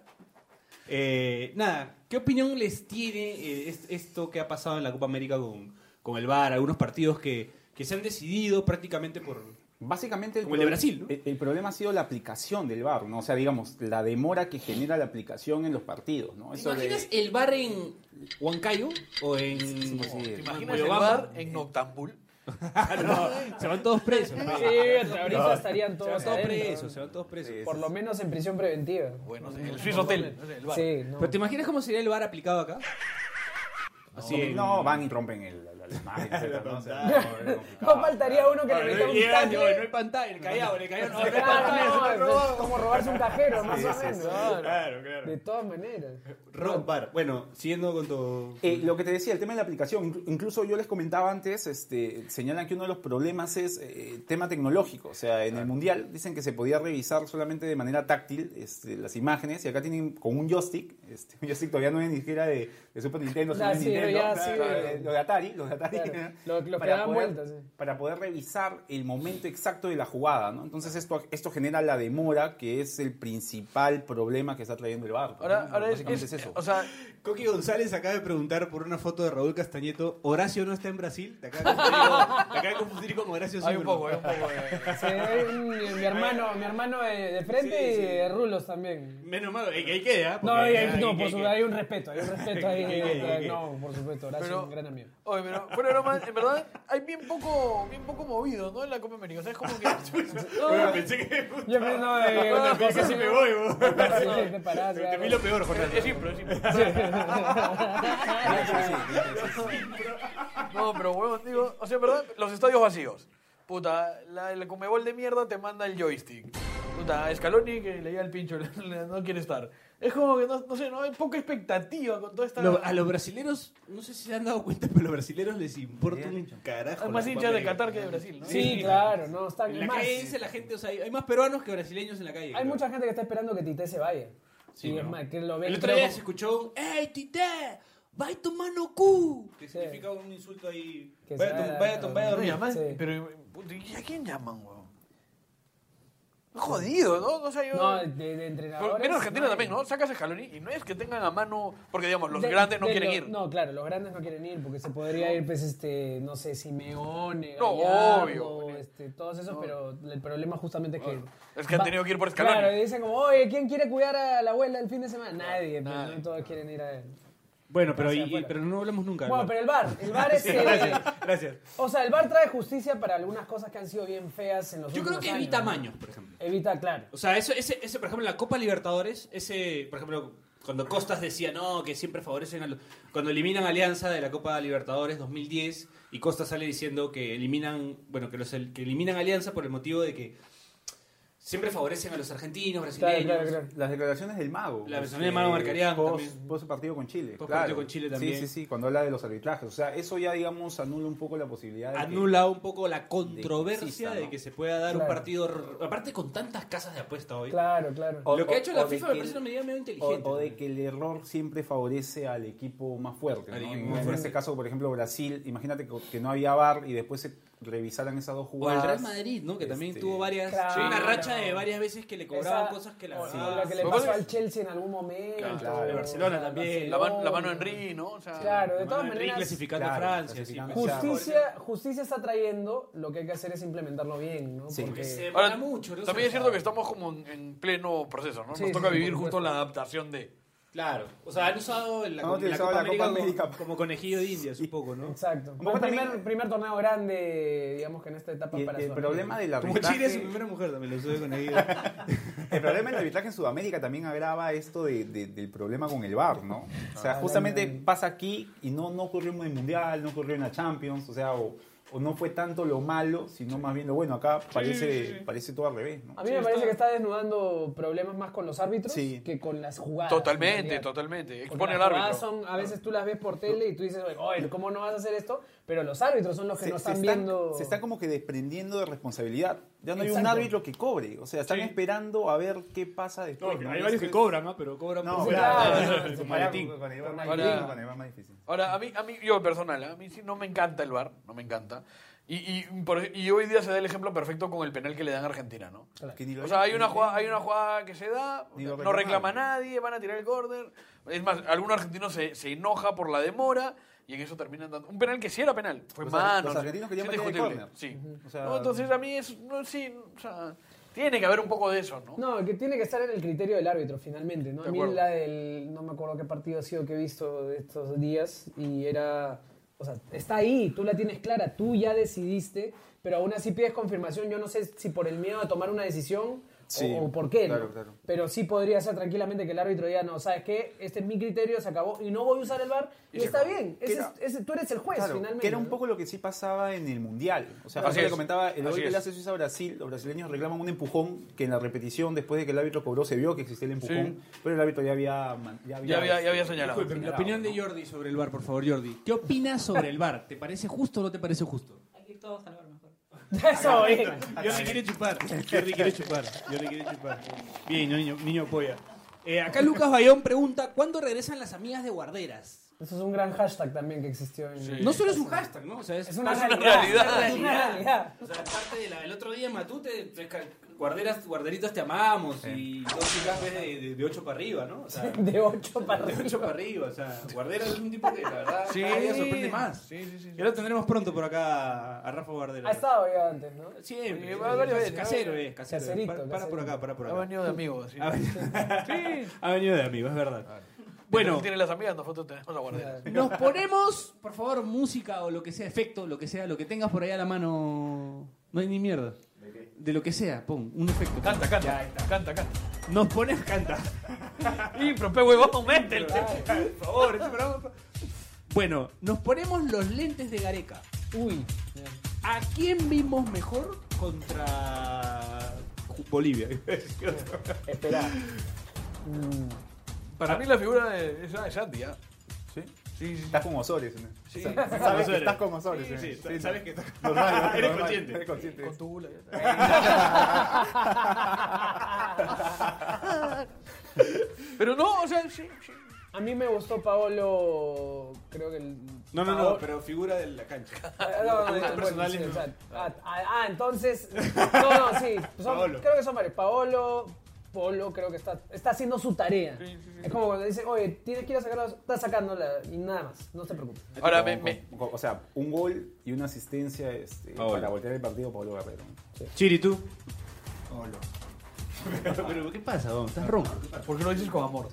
B: eh, nada, ¿qué opinión les tiene eh, es- esto que ha pasado en la Copa América con, con el bar? Algunos partidos que, que se han decidido prácticamente por.
E: Básicamente el,
B: Como el de
E: pro-
B: Brasil, ¿no?
E: el, el problema ha sido la aplicación del VAR, ¿no? O sea, digamos, la demora que genera la aplicación en los partidos, ¿no?
B: ¿Te
E: Eso de-
B: imaginas el bar en Huancayo o en.
E: sí.
F: ¿Te imaginas el bar en Noctambul?
B: se van todos presos.
C: Ah, Sí,
B: pe.
C: hasta ahorita estarían
B: se
C: todos
B: van todos
C: adentro.
B: presos, se van todos presos.
E: eh.
C: Por lo menos en prisión preventiva.
F: Bueno, el Swiss Hotel. no sé, el bar.
C: Sí, no.
B: Pero ¿te imaginas cómo sería el bar aplicado acá? Así en-
E: No, van y rompen el, la, la- la imagen, etcétera, ¿no? O sea, no, es complicado.
C: No faltaría uno que le meta un
B: Llegan, yo, no hay
C: tacle.
B: pantalla, en el callao, en el callao, no, no hay pantalla.
C: Claro, no, es como robarse un cajero, más o menos. claro.
B: Claro, claro.
C: De todas maneras.
B: Rock bar. Bueno, siguiendo con tu.
E: Eh, lo que te decía, el tema de la aplicación, inclu- incluso yo les comentaba antes, este, señalan que uno de los problemas es eh, tema tecnológico, o sea, en el Mundial dicen que se podía revisar solamente de manera táctil este, las imágenes y acá tienen con un joystick, este, un joystick todavía no es ni siquiera de, de Super Nintendo,
C: Ya,
E: sino de
C: Ah, sí, pero ya,
E: Nintendo, claro,
C: sí,
E: eh,
C: de-
E: lo de Atari, lo de Atari,
C: Claro, lo- lo que
E: para,
C: daban
E: poder,
C: vueltas, sí.
E: para poder revisar el momento exacto de la jugada, ¿no? Entonces esto, esto genera la demora que es el principal problema que está trayendo el barco.
F: Ahora,
E: ¿no?
F: ahora es,
E: Básicamente
F: es- O sea,
B: Coqui González acaba de preguntar por una foto de Raúl Castañeto. Horacio no está en Brasil. Te acaba de confundir con, te acaba de confundir con Horacio
F: hay un
B: Silverman.
F: poco, hay un poco. de-
C: Sí, mi, mi hermano, mi hermano de, de frente
B: Sí, sí.
C: y de rulos también.
B: Menos mal, ahí ahí queda.
C: No,
B: ¿ah? porque-
C: hay- hay- no,
B: ahí-
C: por
B: ahí
C: supuesto,
B: queda.
C: hay un respeto, hay un respeto ahí.
B: Ok, ok, ok.
C: No, por supuesto, Horacio
F: Pero-
C: es un gran amigo.
F: Oye, pero fuera de broma, en verdad hay bien poco, bien poco movido, ¿no? En la Copa América. O sea, es como que.
B: Bueno, pensé que.
C: Yo me no, eh, una cosa
B: Casi
C: así
B: me voy, bo.
C: Sí, te parás,
B: Te
C: ya,
B: vi
C: ¿no?
B: lo peor, Jorge.
F: Es impro, es impro. No, pero huevón, digo, o sea, en verdad, los estadios vacíos. Puta, la, la Comebol de mierda te manda el joystick. Puta, Scaloni que le llega el pincho, le- le- no quiere estar. Es como que, no, no sé, no hay poca expectativa con toda esta...
B: Lo- a los brasileros, no sé si se han dado cuenta, pero a los brasileros les importa un carajo.
F: hay más
B: la
F: hinchas de
B: Copa América.
F: Qatar que de Brasil, ¿no?
C: Sí, claro, no, están
B: En la
C: más.
B: calle dice la gente, o sea, hay hay más peruanos que brasileños en la calle.
C: Hay
B: creo.
C: mucha gente que está esperando que Tite se vaya.
B: Sí,
C: y es
B: ¿no?
C: más, que lo ve.
B: El otro día se escuchó un ¡Ey, Tite! ¡Vai tomando cu! Que
C: Sí.
B: significa un insulto ahí.
C: Que
B: Vaya,
C: se
B: a
C: va-
B: tom- vaya, a tom- vaya a
F: No, y
B: dormir.
F: además,
C: Sí.
F: pero, puta, ¿y a quién llaman, huevón? Jodido, ¿no? No sé, yo...
C: No, de, de
F: Pero
C: entrenadores.
F: mira Argentina
C: hay.
F: también, ¿no? Sacas a Scaloni y no es que tengan a mano... Porque, digamos, los
C: De-
F: grandes no
C: de
F: quieren
C: lo-
F: ir.
C: No, claro, los grandes no quieren ir porque se podría ir, pues, este, no sé, Simeone,
F: No,
C: Gallardo,
F: obvio.
C: este, todos esos, pero el problema justamente es que...
F: Es que han
C: va-
F: tenido que ir por Scaloni.
C: Claro, y dicen como, oye, ¿quién quiere cuidar a la abuela el fin de semana? Nadie, pero no todos quieren ir a él.
B: Bueno, pero,
C: Hacia
B: y-
C: afuera.
B: pero no hablamos nunca.
C: Bueno,
B: ¿no?
C: pero el bar, el bar es... eh,
B: Gracias, gracias.
C: O sea, el bar trae justicia para algunas cosas que han sido bien feas en los
B: Yo creo
C: últimos
B: que evita
C: años.
B: tamaños, por ejemplo.
C: Evita, claro.
B: O sea, eso, ese, ese, por ejemplo, en la Copa Libertadores, ese, por ejemplo, cuando Costas decía, no, que siempre favorecen a los... Cuando eliminan a Alianza de la Copa Libertadores 2010 y Costas sale diciendo que eliminan, bueno, que, los, el- que eliminan a Alianza por el motivo de que siempre favorecen a los argentinos, brasileños.
C: Claro, claro, claro.
E: Las declaraciones del mago. Este,
B: Las declaraciones del Mago Marcarián
E: Vos,
B: también.
E: vos partido con Chile.
B: Post
E: claro.
B: partido con Chile también.
E: Sí, sí, sí, cuando habla de los arbitrajes. O sea, eso ya, digamos, anula un poco la posibilidad de. que-
B: Anula un poco la controversia de que,
E: exista,
B: se
E: ¿no?
B: pueda dar un
C: Claro.
B: partido... r- Aparte con tantas casas de apuesta hoy.
C: Claro, claro.
E: O-
B: Lo que ha
E: o-
B: hecho la
E: o de
B: FIFA me
E: que-
B: parece una medida medio
E: o,
B: inteligente.
E: o de que el error siempre favorece al equipo más fuerte.
B: Al
E: ¿no?
B: equipo
E: en,
B: más
E: en
B: fuerte.
E: este caso, por ejemplo, Brasil. Imagínate que, que no había VAR y después se revisaran esas dos
B: O el
E: jugadas.
B: Real Madrid, ¿no? Que también
E: Este,
B: tuvo varias.
C: Claro.
B: Una racha de varias veces que le cobraban
C: Esa-
B: cosas que la
C: o-
B: verdad-
C: o lo que le
F: Lo que
C: pasó
F: pasa es-
C: al Chelsea en algún momento.
E: Claro. El
B: Barcelona también.
F: La, man- la mano en Ri, ¿no? O sea,
C: Claro, de
B: Mano
C: todas
B: de Enrique
C: maneras.
B: clasificando
E: claro,
B: a Francia. sí,
E: clasificando.
B: pues.
C: Justicia, justicia está trayendo, lo que hay que hacer es implementarlo bien, ¿no?
E: Sí.
C: Porque-
B: Se
F: Ahora,
B: para mucho, ¿no?
F: También es
B: Se
F: cierto
B: para.
F: que estamos como en, en pleno proceso, ¿no?
C: Sí,
F: Nos
C: sí,
F: toca
C: sí,
F: vivir
C: por
F: justo
C: supuesto.
F: la adaptación de...
B: Claro. O sea, han usado la,
E: Han
B: la
E: utilizado
B: Copa
E: la
B: América,
E: Copa América
B: como, como conejillo de indias, un poco, ¿no?
C: Exacto.
E: poco
C: Fue el
E: también-
C: primer, primer torneo grande, digamos que en esta etapa
E: Y-
C: para
E: y el
C: Sudamérica.
E: problema del
B: Como Chile es
E: arbitraje.
B: su primera mujer, también lo usó con ella.
E: El problema del arbitraje en Sudamérica también agrava esto de- de- del problema con el VAR, ¿no?
C: Ah,
E: O sea, justamente pasa aquí y no, no ocurrió en el Mundial, no ocurrió en la Champions, o sea, o, o no fue tanto lo malo, sino más bien lo bueno. Acá parece, parece todo al revés, ¿no?
C: A mí me parece que está desnudando problemas más con los árbitros
E: Sí.
C: que con las jugadas. en
F: Totalmente,
C: realidad.
F: totalmente.
C: Porque
F: Expone al
C: las jugadas
F: árbitro.
C: son- a veces tú las ves por tele y tú dices, "Oye, oye, ¿cómo no vas a hacer esto? Pero los árbitros son los que no están, viendo.
E: se están como que desprendiendo de responsabilidad. Ya no hay un
C: Exacto.
E: árbitro que cobre. O sea, están
H: Sí.
E: esperando a ver qué pasa después. ¿no?
H: hay varios
E: Esto
H: que
E: es-
H: cobran, ¿no? Pero cobran
E: No,
H: por-
E: claro,
C: claro,
E: con-
H: su
E: con-
H: maletín.
E: con Iván más
F: Ahora-
E: difícil, con Iván más difícil.
F: Ahora, a mí, a mí, yo personal, ¿eh? a mí sí no me encanta el bar, no me encanta. Y, y, por- y hoy día se da el ejemplo perfecto con el penal que le dan a Argentina, ¿no?
E: Que ni lo
F: O sea, hay
E: ven,
F: una
E: ni-
F: jugada, hay una jugada que se da,
E: Ni lo
F: no reclama
E: reclamaron.
F: nadie, van a tirar el córner. Es más, algún argentino se, se enoja por la demora y en eso terminan dando. Un penal que sí era penal, fue
E: Los ar-
F: mano.
E: los
F: sí,
E: argentinos querían
F: sí,
E: meter el
F: discutible,
E: córner.
F: Sí.
E: O sea-
F: No, entonces a mí es. no, sí, o sea, tiene que haber un poco de eso, ¿no?
C: No, que tiene que estar en el criterio del árbitro, finalmente. ¿no?
F: De
C: A mí
F: acuerdo.
C: la del. No me acuerdo qué partido ha sido que he visto de estos días y era. O sea, está ahí, tú la tienes clara, tú ya decidiste, pero aún así pides confirmación. Yo no sé si por el miedo a tomar una decisión
E: Sí,
C: o, o por qué, ¿no?
E: claro, claro.
C: Pero sí podría ser tranquilamente que el árbitro diga, no, ¿sabes qué? Este es mi criterio, se acabó y no voy a usar el bar y,
F: se
C: está
F: acabó.
C: bien.
E: Que
C: Ese
E: era-
C: es- ese- tú eres el juez,
E: Claro,
C: Pues, finalmente.
E: que era un
C: ¿no?
E: poco lo que sí pasaba en el Mundial. O sea,
F: Así
E: José le
F: es,
E: comentaba, el gol
F: así
E: que
F: es.
E: le hace Suiza a Brasil, los brasileños reclaman un empujón que en la repetición, después de que el árbitro cobró, se vio que existía el empujón, pero el árbitro ya había... man- Ya había,
F: Ya había, ya había señalado.
E: Disculpe.
G: La opinión de Jordi sobre el bar, por favor, Jordi. ¿Qué opinas sobre el bar? ¿Te parece justo o no te parece justo?
K: Aquí todos al bar mejor.
C: Eso, eh.
G: Jordi quiere chupar. Jordi quiere chupar. Jordi quiere chupar. Bien, niño, niño apoya. Eh, acá Lucas Bayón pregunta, ¿cuándo regresan las amigas de guarderas?
C: Eso es un gran hashtag también que existió en.
B: Eh,
F: Sí.
G: No solo es un hashtag, ¿no? O sea, es,
C: Es una
G: es
C: realidad.
G: realidad.
C: Es una realidad.
B: O sea, aparte de la- el otro día Matute, pues, ca- guarderas, guarderitas te amamos y dos chicas ves de, de, de ocho para arriba, ¿no? O sea,
C: De 8 para
B: de ocho para arriba, o sea, guarderas es un tipo que la verdad
G: Sí.
B: cada día Ah, sorprende más.
F: Sí, sí, sí.
B: Ya lo tendremos pronto por acá a Rafa
C: Ha
B: Guardera.
C: estado ya antes, ¿no?
B: Siempre.
F: Sí, va varias veces.
B: casero, es, casero.
C: Caserito,
B: para, para por
C: caserito.
B: acá, para por
F: Ha
B: acá.
F: venido de amigos. Sí.
B: Ha venido, ha venido de amigos, es verdad.
F: Bueno.
B: Bueno,
F: Tiene las amigas, nosotros tenemos la guardera.
G: Nos ponemos, por favor, música o lo que sea, efecto, lo que sea, lo que tengas por ahí a la mano. No hay ni mierda. De lo que sea, pon, un efecto.
F: Canta, canta, canta, canta.
G: Nos ponemos, canta.
F: Y, pero pe huevón, métele.
B: por favor, ese programa-
G: Bueno, nos ponemos los lentes de Gareca.
C: Uy.
G: ¿A quién vimos mejor contra Bolivia?
C: Espera.
F: Para mí la figura de- es, es Andy, ¿ah?
E: ¿Sí?
F: Sí, sí.
E: Estás con Osores. ¿no?
F: Sí.
E: O sea, sabes que estás con Osores. ¿no?
B: Ah, Sí,
E: Sí,
B: sabes que está.
E: normal, normal,
B: Eres
E: normal,
B: consciente.
E: eres consciente.
F: Con tu bula, ya está. Pero no, o sea, sí, sí.
C: A mí me gustó Paolo. Creo que el.
B: No, no,
C: Paolo-
B: no, pero figura de la cancha.
C: Ah, no, no, no, bueno, sí, o sea, ah, ah, ah, entonces. No, no, sí. son-
B: Paolo.
C: Creo que son varios. Paolo. Polo creo que está, está haciendo su tarea. Es como cuando dice, oye, tienes que ir a sacarla, está sacándola y nada más, no te preocupes.
F: Ahora,
E: Con-
F: me,
E: con-
F: me-
E: con- o sea, un gol y una asistencia este,
B: Paolo.
E: para voltear el partido Pablo Guerrero.
G: Chiri, tú.
B: pero ¿qué pasa, don? Estás ronco.
F: ¿por qué lo dices con amor?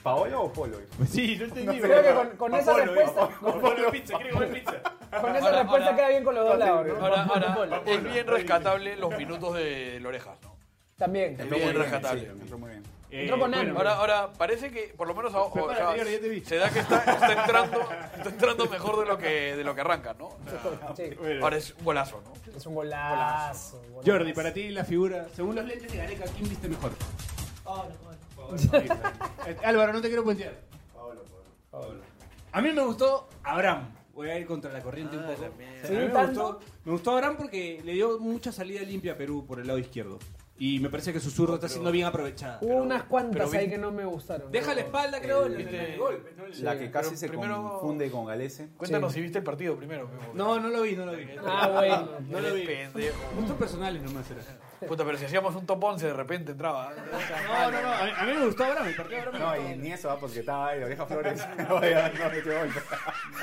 E: ¿Paolo o Polo?
B: Sí, yo entendí.
C: Creo que con, con esa respuesta,
B: Polo pizza, quiere comer pizza.
C: con esa
F: Ahora,
C: respuesta
F: ahora-
C: queda bien con los dos lados. ¿no?
F: Ahora,
C: Con Polo.
F: ahora, es bien rescatable los minutos de Lorejas, ¿no?
C: También.
F: Bien rescatable.
E: sí, entró muy bien.
B: Eh,
C: Entró con ánimo.
F: Ahora, ahora, parece que, por lo menos, a- o- o sea,
B: Prepárate, ya te vi.
F: se da que está, está entrando, está entrando mejor de lo que, de lo que arranca, ¿no? O sea,
C: Sí,
F: ahora es un golazo, ¿no?
C: es un golazo. golazo.
B: Jordi, para ti la figura, según los lentes de Gareca, ¿quién viste mejor?
K: Pablo, Pablo.
B: Eh, Álvaro, no te quiero puntear. Pablo, Pablo. A mí me gustó Abraham. Voy a ir contra la corriente un poco. O sea, a mí
C: ¿Sí,
B: me,
C: tanto?
B: gustó, me gustó Abraham porque le dio mucha salida limpia a Perú por el lado izquierdo. Y me parece que su zurdo está siendo bien aprovechada.
C: Hubo unas cuantas
F: pero
C: ahí
F: vi-
C: que no me gustaron.
B: Deja la espalda, creo, en el, en Eh, el golpe. ¿no?
E: Este, La que casi
F: pero
E: se
F: primero-
E: confunde con Galese.
F: Cuéntanos si viste el partido primero.
B: No, no lo vi, no lo vi.
C: Ah, bueno.
B: No lo vi.
F: Pendejo.
B: Gustos personales nomás era.
F: Puta, pero si hacíamos un top 11 de repente entraba.
B: No, no, no. A mí, a mí me gustó Abraham. El partido de Abraham.
E: No, y ni eso, ah, porque estaba ahí, oreja Flores. no, ya, no, metió gol.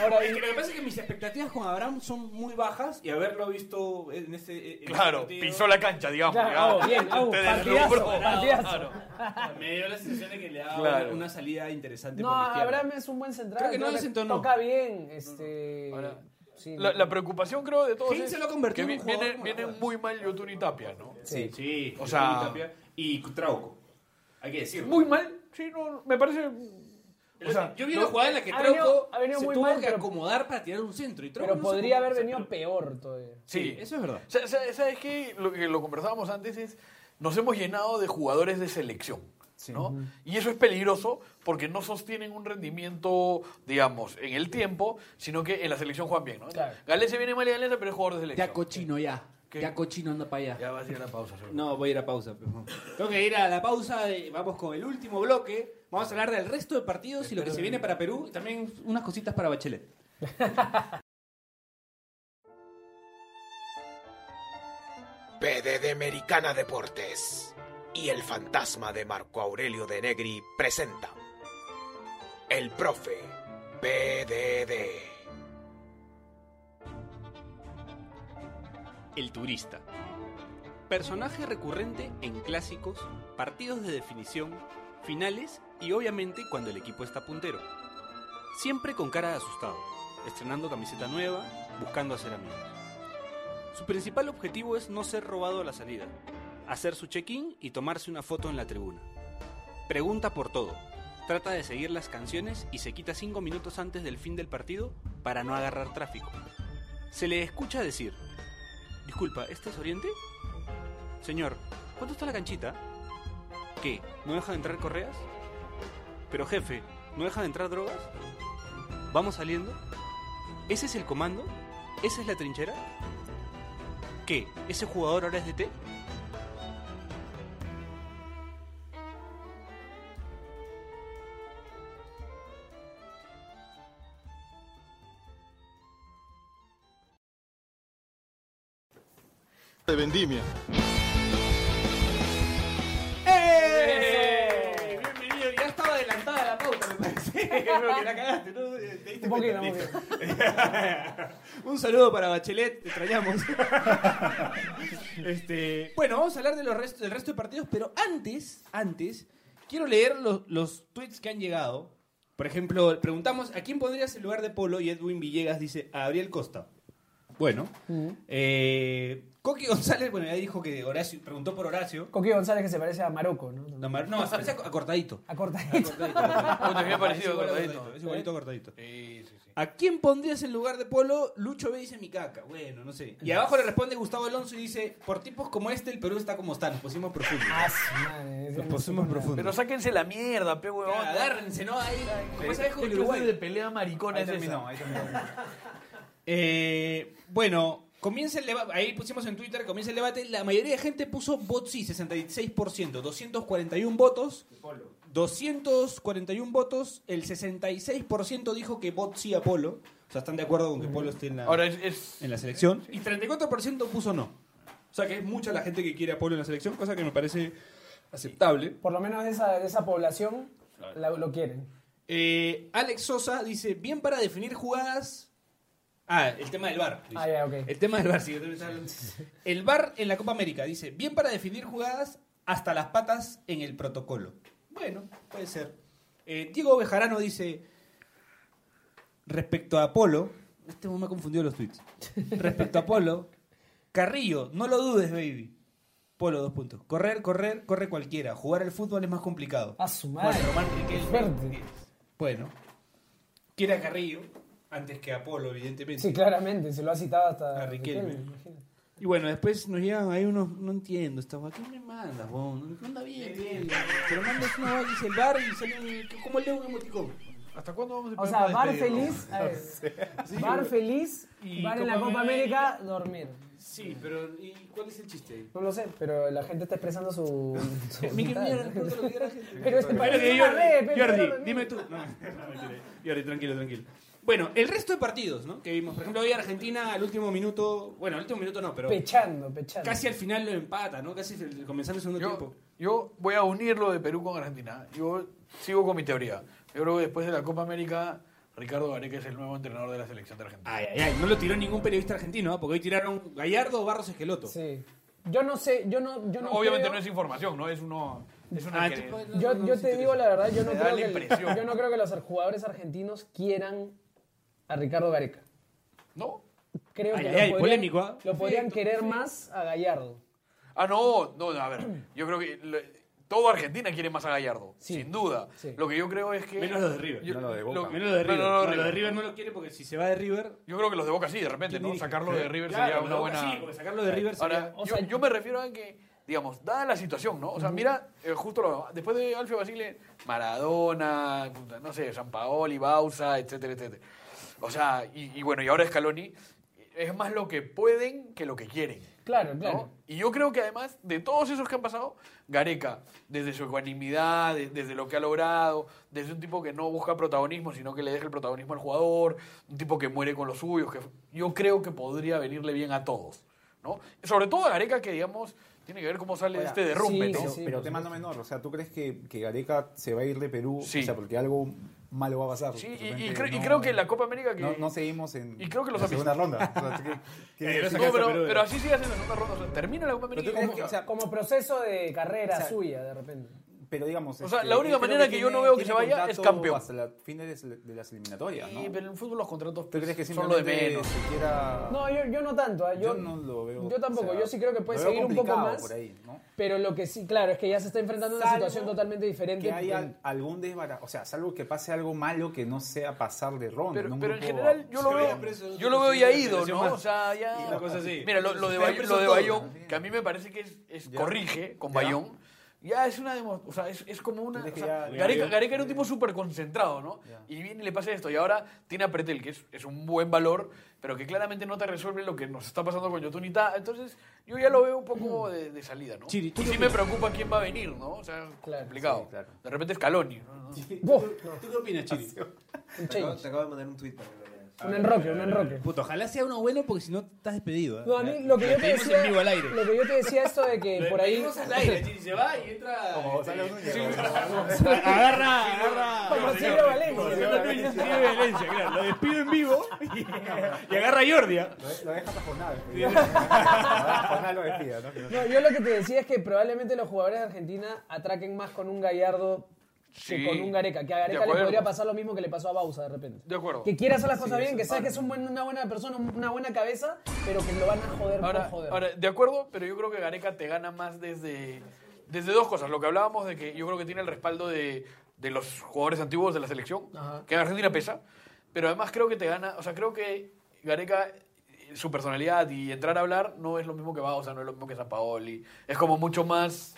C: Ahora,
B: Es que lo que pasa es que mis expectativas con Abraham son muy bajas y haberlo visto en ese. en
F: Claro,
B: ese partido,
F: pisó la cancha, digamos.
C: Ya,
F: ya.
C: oh, bien, oh,
F: Te
C: partidazo,
F: deslumbró.
C: partidazo.
F: Claro.
B: Me dio la sensación de que le daba
F: Claro.
B: una salida interesante.
C: no,
B: por la izquierda.
C: Abraham es un buen central.
B: Creo que no desentonó.
C: Toca bien. Este.
F: Ahora,
C: sí,
F: La,
C: no.
F: la preocupación, creo, de todos
B: Higgins
F: es
B: se lo ha convertido
F: que
B: en un
F: viene-
B: jugador como
F: viene
B: la joda.
F: muy mal Yotun y Tapia, ¿no?
E: Sí.
B: Sí,
F: O
B: o
F: sea-
B: sea. Y Trauco. Hay que decirlo.
F: Muy mal. Sí, no, me parece
J: O sea, yo vi una
C: no,
J: jugada en la que
C: ha venido-
J: Trauco
C: ha venido
J: se
C: muy
J: tuvo
C: mal,
J: que
C: pero-
J: acomodar para tirar un centro. Y Trauco
C: Pero
J: no se
C: podría
J: acomodó.
C: haber venido peor todavía.
J: Sí, eso es verdad.
F: Sa- sa- ¿Sabes qué? Lo que lo conversábamos antes es, nos hemos llenado de jugadores de selección, ¿no? Y eso es peligroso porque no sostienen un rendimiento, digamos, en el tiempo, sino que en la selección juegan bien, ¿no?
G: Claro.
F: Galés se viene mal y Galés, pero es jugador de selección.
G: Ya cochino, ya. Ya cochino, anda para allá.
F: Ya vas a ir a la pausa. seguro.
B: No, voy a ir a pausa. pero- Tengo que ir a la pausa. eh, Vamos con el último bloque. Vamos a hablar del resto de partidos y lo que se
F: eh.
B: viene para Perú. Y también unas cositas para Bachelet.
I: PD de Americana Deportes y el fantasma de Marco Aurelio de Negri presenta El Profe PDD.
J: El turista. Personaje recurrente en clásicos, partidos de definición, finales y obviamente cuando el equipo está puntero. Siempre con cara de asustado, estrenando camiseta nueva, buscando hacer amigos. Su principal objetivo es no ser robado a la salida, hacer su check-in y tomarse una foto en la tribuna. Pregunta por todo, trata de seguir las canciones y se quita 5 minutos antes del fin del partido para no agarrar tráfico. Se le escucha decir, Disculpa, ¿este es Oriente? Señor, ¿cuánto está la canchita? ¿Qué? ¿No deja de entrar correas? Pero jefe, ¿no deja de entrar drogas? ¿Vamos saliendo? ¿Ese es el comando? ¿Esa es la trinchera? ¿Qué? ¿Ese jugador ahora es de T?
A: De vendimia.
B: ¡Eh! Bienvenido. Ya estaba adelantada la pauta, me parece. Creo que la cagaste, ¿no? ¿Te diste cuenta? Listo. Un saludo para Bachelet, te extrañamos. este, bueno, vamos a hablar de los rest- del resto de partidos, pero antes, antes, quiero leer los, los tweets que han llegado. Por ejemplo, preguntamos a quién pondrías en lugar de Polo y Edwin Villegas dice a Gabriel Costa. Bueno, eh, Coqui González, bueno, ya dijo que Horacio, preguntó por Horacio.
C: Coqui González que se parece a Maroco, ¿no?
B: No, Mar- no, se parece a Cortadito. Ah,
C: A cortadito.
F: Puta, me ha parecido
B: igual a
F: Cortadito.
B: Es igualito a Cortadito.
F: Sí, sí, sí.
B: ¿A quién pondrías en lugar de Polo? Lucho B dice mi caca. Bueno, no sé. Y abajo le responde Gustavo Alonso y dice, por tipos como este, el Perú está como está. Nos pusimos profundos.
C: Ah,
B: Nos pusimos
F: Pero
B: profundos.
F: sáquense la mierda, pe huevón.
B: Claro, agárrense, ¿no? Ahí, como esa vez con
F: ¿Qué clase
B: Uruguay.
F: de pelea maricona
E: Ahí
F: es esa?
E: terminó, ahí terminó.
B: Eh, bueno, comienza el debate. Ahí pusimos en Twitter, comienza el debate. La mayoría de gente puso Botsi, 66%, 241 votos. 241 votos, el 66% dijo que Botsi a Polo. O sea, están de acuerdo con que Polo esté en la,
F: Ahora es, es-
B: en la selección. Y 34% puso no. O sea, que es mucha la gente que quiere a Polo en la selección, cosa que me parece aceptable.
C: Por lo menos de esa, de esa población la- lo quieren.
B: Eh, Alex Sosa dice, bien para definir jugadas. Ah, el tema del bar.
C: Ah, ya, ok.
B: El tema del bar, sí, yo también estaba hablando. El bar en la Copa América dice, bien para definir jugadas hasta las patas en el protocolo. Bueno, puede ser. Eh, Diego Bejarano dice, respecto a Polo, este me ha confundido los tweets. Respecto a Polo, Carrillo, no lo dudes, baby. Polo, dos puntos. Correr, correr, corre cualquiera. Jugar al fútbol es más complicado.
C: A su madre.
B: Bueno, Román Riquelme.
C: Fuerte.
B: Bueno, quiere a Carrillo antes que a Polo, evidentemente.
C: Sí, claramente, se lo ha citado hasta.
B: A Riquelme.
C: imagínate.
B: Y bueno, después nos llegan ahí unos, no entiendo, esta hueá, ¿qué me mandas, bon? ¿Qué onda bien, bien? Pero mandas una hueá que dice el bar y sale como leo un emoticón.
F: ¿Hasta cuándo vamos a
C: O sea,
F: empezar a
C: bar
F: despedirnos?
C: feliz. a ver, bar feliz,
B: Y
C: bar en la
B: Copa
C: Copa
B: América.
C: América, dormir.
B: Sí, pero ¿y cuál es el chiste?
C: No lo sé, pero la gente está expresando su. su
B: Mi que
C: voluntad,
B: mierda,
C: ¿no?
B: recuerdo lo que diga la gente.
C: Pero este es
B: Bueno,
C: parece una
B: Jordi,
C: red, pero
B: Jordi,
C: no lo-
B: dime tú. No, no, mentira. Jordi, tranquilo, tranquilo. Bueno, el resto de partidos, ¿no? Que vimos, por ejemplo, hoy Argentina al último minuto, bueno, al último minuto no, pero
C: Pechando, pechando.
B: casi al final lo empata, ¿no? Casi el- comenzando el segundo
F: Yo,
B: tiempo.
F: yo voy a unir lo de Perú con Argentina. Yo sigo con mi teoría. Yo creo que después de la Copa América, Ricardo Gareca es el nuevo entrenador de la selección de Argentina.
B: Ay, ay, ay, no lo tiró ningún periodista argentino, ¿ah? porque hoy tiraron Gallardo, Barros, Esqueloto.
C: Sí. Yo no sé, yo no. Yo no
F: Obviamente
C: creo-
F: no es información, ¿no? Es uno. Es una
B: Ah,
F: que-
B: tú puedes-
C: Yo,
B: no, no,
C: yo
B: sí
C: te
B: te-
C: digo la verdad, yo
F: me
C: no,
F: da
C: creo
F: la
C: que el-
F: impresión.
C: yo no creo que los jugadores argentinos quieran a Ricardo Gareca.
F: ¿No?
C: Creo
B: Ay,
C: que
B: ay,
C: lo,
B: ay,
C: podrían,
B: polémico, ¿ah?
C: lo podrían querer más a Gallardo.
F: Ah, no, no, a ver. Yo creo que lo- Todo Argentina quiere más a Gallardo, sin duda. Lo que yo creo es que.
B: Menos los de River.
F: Yo-
B: No, los de Boca.
F: lo-
B: Menos los de River.
F: No, no,
B: No,
F: no,
B: los de
F: River.
B: River no lo quiere porque si se va de River.
F: Yo creo que los de Boca sí, de repente, ¿no? Sacarlo de River
B: Claro,
F: sería
B: los de
F: una
B: Boca
F: buena.
B: sí, porque sacarlo de River sería-
F: Ahora, yo, yo me refiero a que, digamos, dada la situación, ¿no? O sea, mira, eh, justo lo- después de Alfio Basile, Maradona, puta, no sé, San Paoli, Bausa, etcétera, etcétera. O sea, y, y bueno, y ahora Scaloni, es más lo que pueden que lo que quieren.
C: Claro,
F: ¿no?
C: claro.
F: Y yo creo que además de todos esos que han pasado, Gareca, desde su ecuanimidad, de- desde lo que ha logrado, desde un tipo que no busca protagonismo, sino que le deja el protagonismo al jugador, un tipo que muere con los suyos, que yo creo que podría venirle bien a todos. ¿no? Sobre todo a Gareca, que digamos, tiene que ver cómo sale de
E: Ahora,
F: este derrumbe. ¿no?
E: Pero, pero tema no menor, o sea, ¿tú crees que, que Gareca se va a ir de Perú? O sea, porque algo malo va a pasar.
F: Sí,
E: De
F: y, y
E: repente
F: cre- y
E: no- eh,
F: creo que la Copa América que.
E: no, no seguimos en
F: y creo que los
E: la
F: amist-
E: segunda ronda. O sea, ¿qué- qué-
F: Eh,
E: qué-
F: no, pero, pero así sigue en la segunda ronda. O sea, termina la Copa América. y-
C: como, como proceso de carrera
E: o sea,
C: suya, de repente.
E: Pero digamos. este,
F: O sea, la única manera que yo no veo que se
E: tiene
F: vaya es
E: contrato
F: campeón.
E: Hasta la fin de, las- de las eliminatorias, ¿no?
F: Sí, pero en fútbol los contratos pues,
E: ¿Tú crees que
F: son lo de
E: simplemente
F: menos.
E: se quiera-
C: No, yo, yo no tanto. ¿eh? Yo,
E: Yo no lo veo,
C: yo tampoco.
E: o sea,
C: yo sí creo que puede
E: lo veo
C: seguir un poco
E: complicado
C: más.
E: por ahí, ¿no?
C: Pero lo que sí, claro, es que ya se está enfrentando a una
E: Salvo
C: situación totalmente diferente.
E: Que haya algún desbarato, o sea, salvo que pase algo malo que no sea pasar de ronda.
F: Pero,
E: un
F: pero en
E: grupo-
F: general yo lo
E: Se
F: veo,
E: vayan presos,
F: yo lo veo
E: sí,
F: ya
E: la
F: ido,
E: federación
F: ¿no?
E: más.
F: O sea, ya...
E: Una cosa así.
F: Mira, lo, lo de,
E: Se
F: Bay-
E: vayan
F: lo de
E: presos
F: Bayón,
E: todos,
F: que a mí me parece que es, es
E: Ya.
F: corrige con
E: Ya.
F: Bayón, ya es una... demo- O sea, es, es como una...
E: Tienes
F: o
E: que
F: sea,
E: ya-
F: Gareca,
E: ya-
F: Gareca era un tipo súper concentrado, ¿no? Y viene y le pasa esto. Y ahora tiene a Pretel, que es, es un buen valor, pero que claramente no te resuelve lo que nos está pasando con Yotun y Ta. Entonces, yo ya lo veo un poco de, de salida, ¿no?
B: Chiri, ¿tú
F: y
B: qué
F: sí me
B: opinas?
F: preocupa quién va a venir, ¿no? O sea, complicado. De repente es Caloni, ¿no?
B: ¿Tú qué opinas, Chiri?
D: Te acabo, te acabo de mandar un tweet para que lo leas.
C: Un enroque, un enroque.
B: Puto, ojalá sea uno bueno porque si no estás despedido. ¿eh?
C: No, a mí lo que
B: Lo
C: yo te
B: pedimos
C: decía.
B: en vivo al aire.
C: Lo que yo te decía, esto de que
B: Lo
C: por ahí.
B: despedimos al aire, Chiri se va y entra. Sí.
C: Agarra,
B: agarra.
C: Como Silvio Valencia.
B: Como Silvio Valencia, Silvio Valencia, claro. Lo despido en vivo y, y agarra a Jordi. ¿ah?
E: Lo, lo deja para jornada. Jornada jornada lo despida, ¿no? Que no-
C: No, yo lo que te decía es que probablemente los jugadores de Argentina atraquen más con un Gallardo
F: Sí.
C: que con un Gareca. Que a
F: De
C: Gareca le
F: acuerdo.
C: podría pasar lo mismo que le pasó a Bausa de repente.
F: De acuerdo.
C: Que quiera hacer las cosas
F: Sí,
C: bien, que
F: eso.
C: sabe que es un buen- una buena persona, una buena cabeza, pero que lo van a joder
F: Ahora,
C: por joder.
F: ahora, de acuerdo, pero yo creo que Gareca te gana más desde, desde dos cosas. Lo que hablábamos de que yo creo que tiene el respaldo de, de los jugadores antiguos de la selección,
C: Ajá.
F: que en Argentina pesa, pero además creo que te gana, o sea, creo que Gareca, eh, su personalidad y entrar a hablar no es lo mismo que va, o sea, no es lo mismo que Sampaoli. Es como mucho más,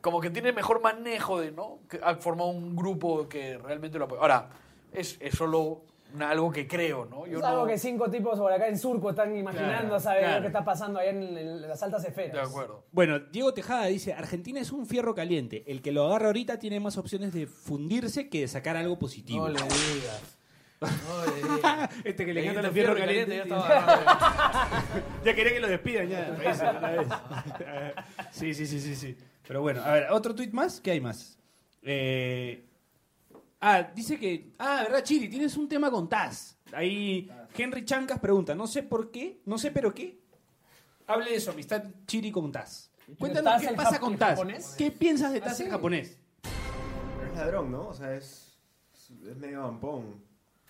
F: como que tiene mejor manejo de, ¿no? Que ha formado un grupo que realmente lo apoya. Ahora, es, es solo una- algo que creo, ¿no? Yo
C: es algo
F: no-
C: que cinco tipos por acá en Surco están imaginando,
F: Claro,
C: ¿sabes?
F: claro.
C: Lo que está pasando allá en, en las altas esferas.
F: De acuerdo.
G: Bueno, Diego Tejada dice, Argentina es un fierro caliente. El que lo agarra ahorita tiene más opciones de fundirse que de sacar algo positivo.
F: No le digas.
G: este que le
B: Le
G: encanta
B: gusta
G: los fierros
B: el fierro
G: calientes.
B: caliente,
G: tío.
B: ¿eh? ya
G: Ya, quería que lo despidan ya. me dice, de una vez. sí, sí, sí, sí, sí. Pero bueno, a ver, otro tuit más. ¿Qué hay más? Eh, ah, dice que... Ah, ¿verdad, Chiri? Tienes un tema con Taz. Ahí Henry Chancas pregunta, no sé por qué, no sé pero qué. Hable de su amistad Chiri con Taz. Cuéntanos
C: ¿Taz
G: qué
C: el
G: pasa
C: jap-
G: con
C: el
G: Taz.
C: japonés?
G: ¿Qué piensas de
C: Ah,
G: Taz
C: sí.
G: en japonés?
D: Pero es ladrón, ¿no? O sea, es, es medio vampón.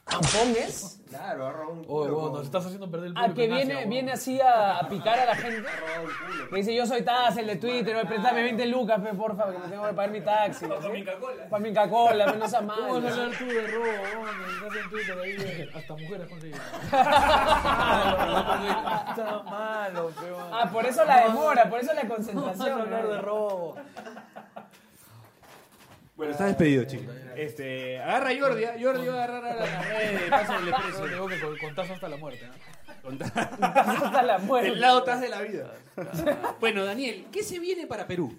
C: ¿Ampón es?
D: Claro, ha robado un
F: Oye,
D: culo
F: huevón,
D: con-
F: nos estás haciendo perder el
C: Ah,
F: público
C: que
F: en Asia,
C: viene,
F: huevón.
C: viene así a, a picar a la gente.
D: ha robado un culo.
C: Que dice, yo soy Taz, el de Twitter, oye, préstame 20 lucas, pe, porfa, que me tengo que pagar mi taxi. Para mi Coca-Cola. Para mi Coca-Cola, pe, no seas malo.
H: Vamos a hablar tú de robo, hombre. Estás en Twitter ahí, eh, hasta mujeres conseguido.
C: Está malo, Ah, por eso la demora, por eso la concentración.
H: Vamos a hablar de
C: robo.
D: Ah,
B: Bueno, estás despedido, Chiri. Este, agarra a Jordi. ¿ah? Jordi va a agarrar a la red de Pasa del
F: Yo
B: Expreso.
F: digo que con- con tazo hasta la muerte. ¿no?
C: Hasta la muerte.
B: Del lado Taz de la vida. Bueno, Daniel, ¿qué se viene para Perú?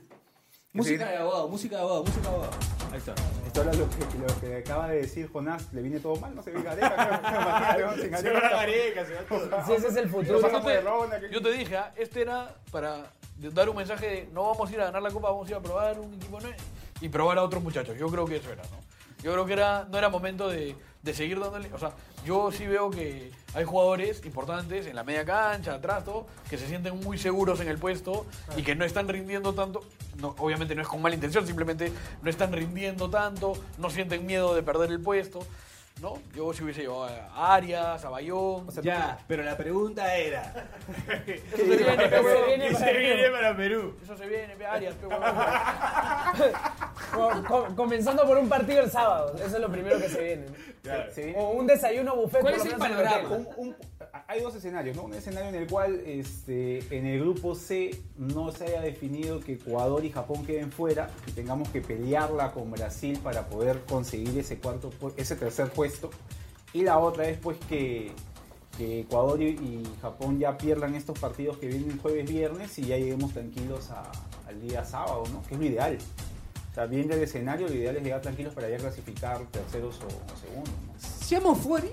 B: Música de abogado, música de abogado, música de abogado. Ahí está.
E: Esto era lo que, lo que acaba de decir Jonás, le viene todo mal, no se ve Gareca. claro, imagínate, ¿no? Sin
B: Se va la
E: Gareca.
B: gareca, se va todo.
C: Si ese es el
E: Lo
C: futuro.
E: sacan por de ronda, que-
F: Yo te dije, ah, este era para de- dar un mensaje de no vamos a ir a ganar la copa, vamos a ir a probar un equipo nuevo y probar a otros muchachos. Yo creo que eso era, ¿no? Yo creo que era, no era momento de, de seguir dándole. O sea, yo sí veo que hay jugadores importantes en la media cancha, atrás, todo, que se sienten muy seguros en el puesto y que no están rindiendo tanto. No, obviamente no es con mala intención, simplemente no están rindiendo tanto, no sienten miedo de perder el puesto. ¿No? Yo si hubiese llevado a Arias, a Bayón.
L: Ya, pero la pregunta era.
F: Eso se viene, pe, huevón.
L: ¿Qué se viene para Perú?
F: Eso se viene, pe, Arias, pe, huevón.
C: Co- co- comenzando por un partido el sábado. Eso es lo primero que se viene.
E: Sí.
C: O un desayuno buffet.
E: ¿Cuál
C: por
E: es
C: lo
E: el
C: menos en el
E: panorama?
C: hotel.
E: Un- Hay dos escenarios, ¿no? Un escenario en el cual este, en el grupo C no se haya definido que Ecuador y Japón queden fuera y tengamos que pelearla con Brasil para poder conseguir ese, cuarto, pu- ese tercer puesto. Y la otra es pues que, que Ecuador y, y Japón ya pierdan estos partidos que vienen jueves-viernes y ya lleguemos tranquilos a- al día sábado, ¿no? Que es lo ideal. O sea, viendo el escenario, lo ideal es llegar tranquilos para ya clasificar terceros o, o segundos. ¿no?
M: Seamos fuera.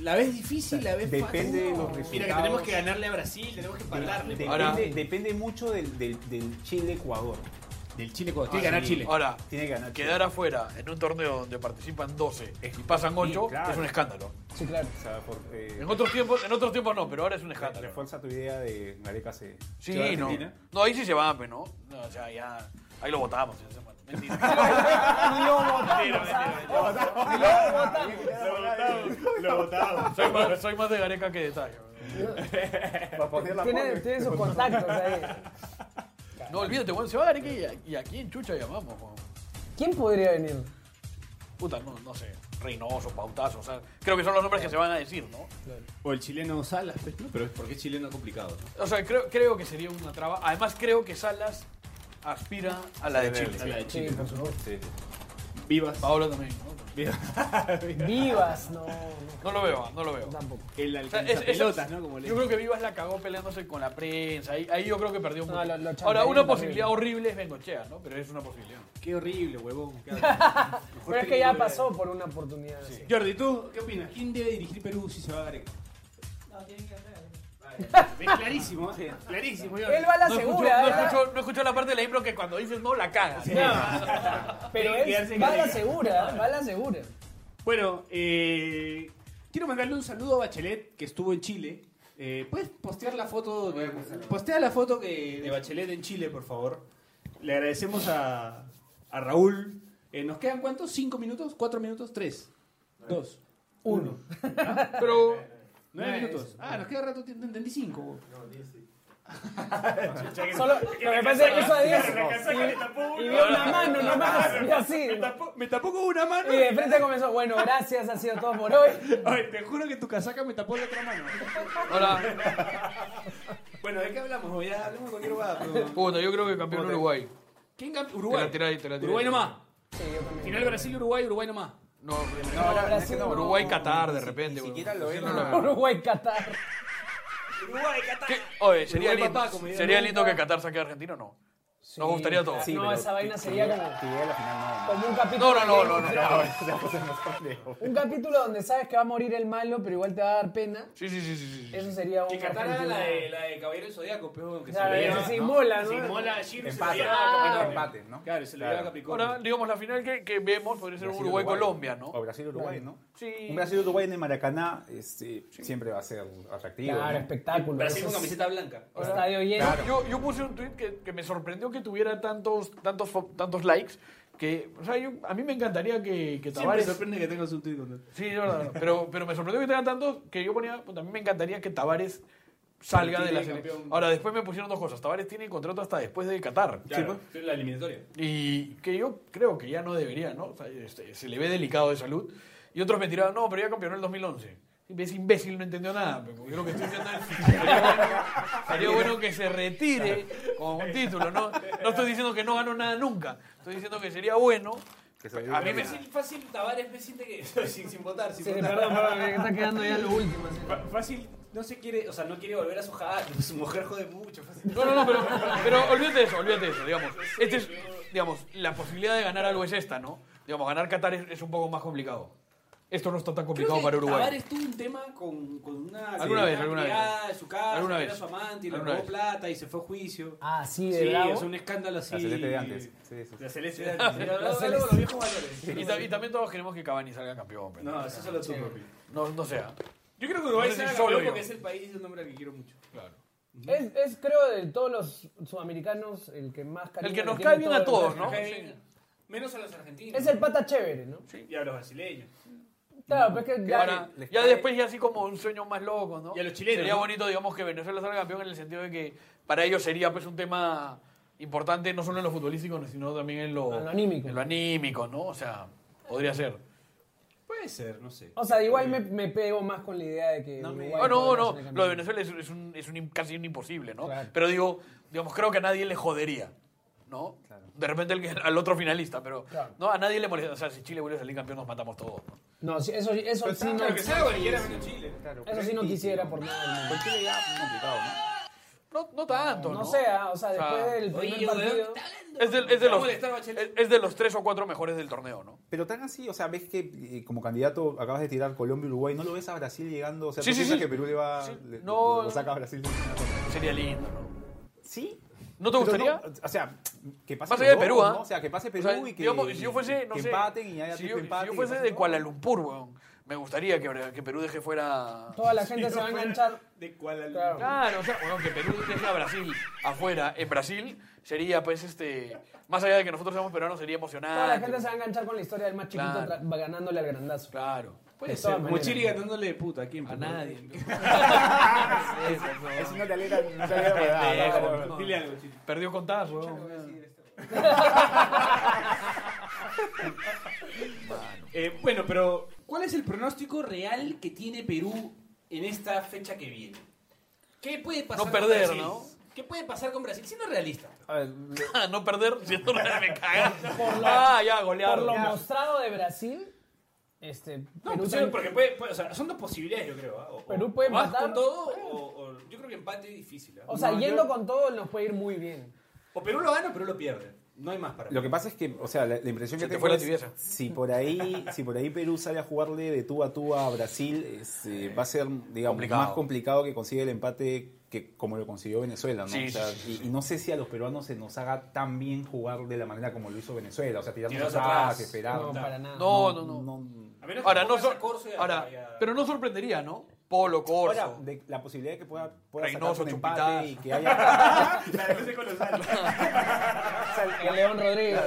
M: La ves difícil, la ves fácil.
E: Depende de los resultados.
L: Mira, que tenemos que ganarle a Brasil, tenemos que empatarle.
E: Depende,
F: Ahora-
E: depende mucho del, del- del Chile-Ecuador. Ah,
M: Del Chile, Ecuador. tiene que ganar
F: Sí.
M: Chile.
F: Ahora,
E: Tiene que ganar Chile.
F: Ah, quedar afuera en un torneo donde participan 12 y pasan 8
E: claro.
F: es un escándalo.
C: Sí, claro.
E: O sea, por- eh,
F: En otros tiempos, en otros tiempos no, pero ahora es un escándalo.
E: refuerza tu idea de Gareca se. se va a
F: Sí, no.
E: Argentina.
F: No, ahí sí se van, pero no. No, O sea, ya. Ahí lo votamos. ya se fue. Mentira. Mentira, mentira,
N: Lo votamos.
F: Soy más- Soy más de Gareca que de Tayo.
E: Para poner la
C: Tiene,
E: pole.
C: tiene sus contactos ahí.
F: No, olvídate, bueno, se va Gareca y a, y a quién chucha llamamos, weón.
C: ¿Quién podría venir?
F: Puta, no, no sé. Reynoso, Pautazo, o sea, creo que son los nombres que se van a decir, ¿no?
L: O el chileno Salas, pues, ¿no? Pero es porque es chileno complicado. ¿no?
F: O sea, creo, creo que sería una traba. Además, creo que Salas aspira a la de
L: A la
F: Chile.
L: de Chile.
C: por supuesto.
L: Sí. Vivas.
F: Paolo también, ¿no?
C: Vivas, no, no,
F: No lo veo, no lo veo.
C: tampoco.
L: El
F: O sea, es-
L: alcanzapelotas,
F: es-
L: pelotas, ¿no? Como le
F: yo creo que Vivas la cagó peleándose con la prensa. Ahí, ahí yo creo que perdió un
C: No, lo- lo
F: Ahora,
C: chantarían
F: una
C: también.
F: posibilidad horrible es Bengochea, ¿no? Pero es una posibilidad.
L: Qué horrible, huevón. Qué- Mejor
C: Pero es que ya
L: película.
C: pasó por una oportunidad. así.
L: Jordi, ¿tú qué opinas? ¿Quién debe dirigir Perú si se va a Gareca?
O: No, tienen que hacer.
L: Es clarísimo, ¿eh? clarísimo, Jordi.
C: Él va a la
F: No escuchó,
C: segura,
F: no
L: ¿eh?
C: ¿verdad?
F: escuchó- no escuchó la parte de la impro que cuando dices no, la cagas.
C: Pero
L: Tiene que quedarse
C: él va a la
L: callado.
C: segura, va a la segura.
L: Bueno, eh, quiero mandarle un saludo a Bachelet, que estuvo en Chile. Eh, ¿Puedes postear la foto? que- postea la foto que, de Bachelet en Chile, por favor. Le agradecemos a, a Raúl. Eh, ¿Nos quedan cuántos? ¿Cinco minutos? ¿Cuatro minutos? ¿Tres? ¿Dos?
C: Uno.
F: Pero
L: ¿Nueve
C: Nueve,
L: minutos? Ah, nos queda rato, te- te entendí cinco.
C: Solo, lo que pasa es que eso de 10. Y, y vio una mano nomás, y así.
L: Me tapó con una mano.
C: Y de frente comenzó, bueno, gracias, ha sido todo por hoy.
L: Ay, te juro que tu casaca me tapó la otra mano.
F: Ahora,
L: Bueno, ¿de qué hablamos? Ya hablamos de cualquier huevada, pero-
F: puta, yo creo que campeón Uruguay.
L: ¿Quién gana?
F: Te
L: Uruguay.
F: la tiré, te la tiré.
L: Uruguay nomás.
C: Sí, yo también.
L: Final Brasil-Uruguay, Uruguay nomás.
F: No,
E: No, ahora, no es que no,
F: Uruguay,
E: no,
F: Qatar, de
E: ni si-
F: repente.
E: Ni
F: weón.
E: siquiera lo
F: Sí,
E: es.
F: no la-
C: Uruguay, Qatar.
F: ¿Qué? Oye, sería
L: Uruguay,
F: lindo,
L: papá, como diría
F: sería
L: nunca.
F: lindo que Qatar saque a Argentina o no. Nos gustaría todo.
E: Sí,
C: no,
E: pero
C: esa vaina
E: si-
C: sería
E: si
C: como-
E: llega- Si llega a la final, no.
C: Como un capítulo.
F: No, no, no, no, no. no.
C: Un capítulo donde sabes que va a morir el malo, pero igual te va a dar pena.
F: Sí, sí, sí, sí, sí, sí.
C: Eso sería un.
L: Que Qatar haga
C: Argentina-
L: la de, la de Caballero del Zodíaco, pero que
C: Claro,
L: se lo
C: eso
L: lleva.
C: simula, ¿no?
L: Simula a Shiro y se lo
E: Empate,
L: lleva a Capricornio.
E: empate, ¿no?
L: Claro, se lo lleva a Capricornio.
F: Ahora, digamos, la final que, que vemos podría ser Uruguay-Colombia, ¿no?
E: O Brasil-Uruguay, ¿no?
F: Sí.
E: Un Brasil-Uruguay en el Maracaná este, siempre va a ser atractivo.
C: Claro,
E: ¿no?
C: espectáculo.
L: Brasil
C: Eso
L: con
C: es-
L: camiseta blanca.
C: Estadio lleno.
F: Yo, yo puse un tweet que, que me sorprendió que tuviera tantos, tantos, fo- tantos likes. Que, o sea, yo, a mí me encantaría que, que Tavares.
L: sorprende que tengas un tuit con él.
F: Sí, es verdad. Pero, pero me sorprendió que tengan tantos que yo ponía. Pues, a mí me encantaría que Tavares salga de la
L: Tiene
F: selección.
L: campeón.
F: Ahora, después me pusieron dos cosas. Tavares tiene contrato hasta después de Qatar.
L: Claro, la eliminatoria.
F: Y que yo creo que ya no debería, ¿no? O sea, este, se le ve delicado de salud. Y otros me tiraban, no, pero ya campeonó en el 2011. Es imbécil, no entendió nada. pero Yo lo que estoy diciendo es, sería bueno, sería bueno que se retire con un título, ¿no? No estoy diciendo que no ganó nada nunca. Estoy diciendo que sería bueno. A mí me...
L: Fácil, fácil, Tavares me siente que. sin, sin votar, sin
C: Sí,
L: votar.
C: perdón, perdón, que está quedando ya lo último. así.
L: Fa- Fácil, no se quiere, o sea, no quiere volver a su jada, su mujer jode mucho. Fácil.
F: No, no, no, pero, pero olvídate de eso, olvídate de eso, digamos. Este es, digamos, la posibilidad de ganar algo es esta, ¿no? Digamos, ganar Qatar es, es un poco más complicado. Esto no está tan
L: Creo
F: complicado
L: que
F: para Uruguay.
L: Tavares tuvo un tema con, con una.
F: Alguna
L: con
F: vez,
L: una
F: alguna vez.
L: empleada de su casa,
F: Alguna
L: que era
F: vez.
L: su amante y le
F: Alguna
L: robó
F: vez.
L: plata y se fue a juicio.
C: Ah, sí, de
L: Sí,
C: bravo.
L: es un escándalo así.
E: La celeste de antes. Sí, sí, sí.
L: La celeste de antes. Pero
C: La
L: luego-
C: celeste.
L: luego los viejos valores.
F: Y, ta- y también todos queremos que Cavani salga campeón. pues, pero
L: No, eso solo tú, papi.
F: No, no sea.
L: Yo creo que Uruguay
F: No sé
L: será
F: si
L: campeón
F: solo yo.
L: porque es el país y un nombre al que quiero mucho.
C: Es, es, creo, de todos los sudamericanos, el que más cariño
F: El que
C: le
F: nos
C: tiene
F: cae bien
C: todo
F: a
C: el
F: todos,
C: mundo.
F: ¿no?
L: Nos cae bien. Menos a los argentinos.
C: Es el pata chévere, ¿no?
L: Y a los brasileños.
C: Claro, pero es que ya-
F: Ahora,
C: les
F: ya
C: cae-
F: después ya así como un sueño más loco, ¿no?
L: Y a los chilenos,
F: Sería
L: ¿no?
F: bonito, digamos, que Venezuela salga campeón en el sentido de que para ellos sería pues un tema importante no solo en lo futbolístico, sino también en lo,
C: En lo anímico.
F: en lo anímico, ¿no? O sea, podría ser.
B: Puede ser, no sé.
C: O sea, igual me, me pego más con la idea de que. Uruguay
F: Ah, no,
C: podría
F: no,
C: ser campeón.
F: lo de Venezuela es, es un, es un im- casi un imposible, ¿no?
C: Claro.
F: Pero digo, digamos, creo que a nadie le jodería, ¿no? De repente al, que- al otro finalista, pero
C: Claro.
F: no a nadie le molesta. O sea, si Chile vuelve a salir campeón, nos matamos todos. ¿no?
C: No, sí, eso, eso sí no.
L: Pero que sea cualquiera menos Chile.
C: Eso sí no quisiera por nada. del mundo.
F: No, no tanto, ¿no?
C: No sé, ah, o sea,
F: O sea,
C: después del primer
L: Oye,
C: partido.
L: weón, ¿qué está hablando?
F: Es de, es de
L: Va a
F: los,
L: molestar a
F: es,
L: Bachelet.
F: es de los tres o cuatro mejores del torneo, ¿no?
E: Pero tan así, o sea, ves que eh, como candidato acabas de tirar Colombia y Uruguay, ¿no lo ves a Brasil llegando? O sea,
F: Sí,
E: ¿tú
F: sí,
E: piensas
F: sí.
E: que Perú le va.
F: Sí,
E: le-
F: no,
E: lo saca a Brasil.
F: Sería lindo, ¿no?
E: ¿Sí?
F: ¿No te
E: Pero
F: gustaría?
E: no, o sea, que pase
F: Más allá de
E: los
F: Perú,
E: dos,
F: ¿ah?
E: ¿no? O sea, que pase
F: O
E: Perú
F: sea,
E: y que,
F: digamos, si yo fuese, no
E: que
F: sé,
E: empaten y haya
F: si
E: triple
F: yo, si
E: empate.
F: yo
E: y que
F: fuese
E: pase
F: de
E: todo.
F: Kuala Lumpur, weón, me gustaría que, que Perú deje fuera...
C: Toda la gente se va a enganchar.
L: De Kuala Lumpur.
C: Claro.
F: Claro, o sea, weón, que Perú deje a Brasil afuera. En Brasil sería, pues, este... Más allá de que nosotros seamos peruanos, sería
C: Toda la
F: emocionante.
C: gente se va a enganchar con la historia del más chiquito
F: Claro.
C: tra- va ganándole al grandazo.
F: Claro.
C: De
B: Puede
C: todas
B: ser.
C: maneras.
B: Mochiri ganándole de puta. ¿A quién?
F: A nadie.
E: Eso no te alegra. No te alegra para nada,
F: Pendejo,
E: no, no, no.
F: weón.
B: Dile algo, Chiri.
F: Perdió contazo, weón.
L: Eh, bueno, pero ¿cuál es el pronóstico real que tiene Perú en esta fecha que viene? ¿Qué puede pasar
F: No perder,
L: con Brasil?
F: ¿no?
L: ¿Qué puede pasar con Brasil? Siendo realista.
E: A ver,
F: Ah, no perder, si esto no me cagas.
C: lo-
F: Ah, ya, golear.
C: Por lo mostrado de Brasil, este,
L: No,
C: Perú,
L: pues,
C: también-
L: porque puede, puede- o sea, son dos posibilidades, yo creo. ¿ah? O- o-
C: Perú puede
L: o vas
C: matar.
L: con todo o, o- yo creo que empate es difícil. ¿ah?
C: o sea,
E: No,
C: yendo
E: yo-
C: con todo nos puede ir muy bien.
L: O Perú lo gana o Perú lo pierde. No hay más para
E: Lo que pasa es que, o sea, la, la impresión
F: Se
E: que
F: te
E: tengo
F: fue la
E: es,
F: tibieza.
E: si por ahí, si por ahí Perú sale a jugarle de tú a tú a Brasil, es, eh, va a ser, digamos,
F: Complicado.
E: más complicado que consiga el empate que como lo consiguió Venezuela, ¿no?
F: Sí,
E: O sea,
F: sí, sí,
E: y, y no sé si a los peruanos se nos haga tan bien jugar de la manera como lo hizo Venezuela, o sea, tirarnos
L: Tirarnos
E: atrás,
L: atrás.
E: esperar.
C: No, para nada.
F: No, no, no.
L: A menos que
F: Ahora, no
L: pongas a
F: sor-
L: Corso y a-
F: ahora,
L: y a-
F: pero no sorprendería, ¿no? Polo, Corso.
E: Ahora, de la posibilidad de que pueda, pueda sacar
F: Reynoso,
E: un empate
F: Chupitas.
E: y que haya
C: El León Rodríguez.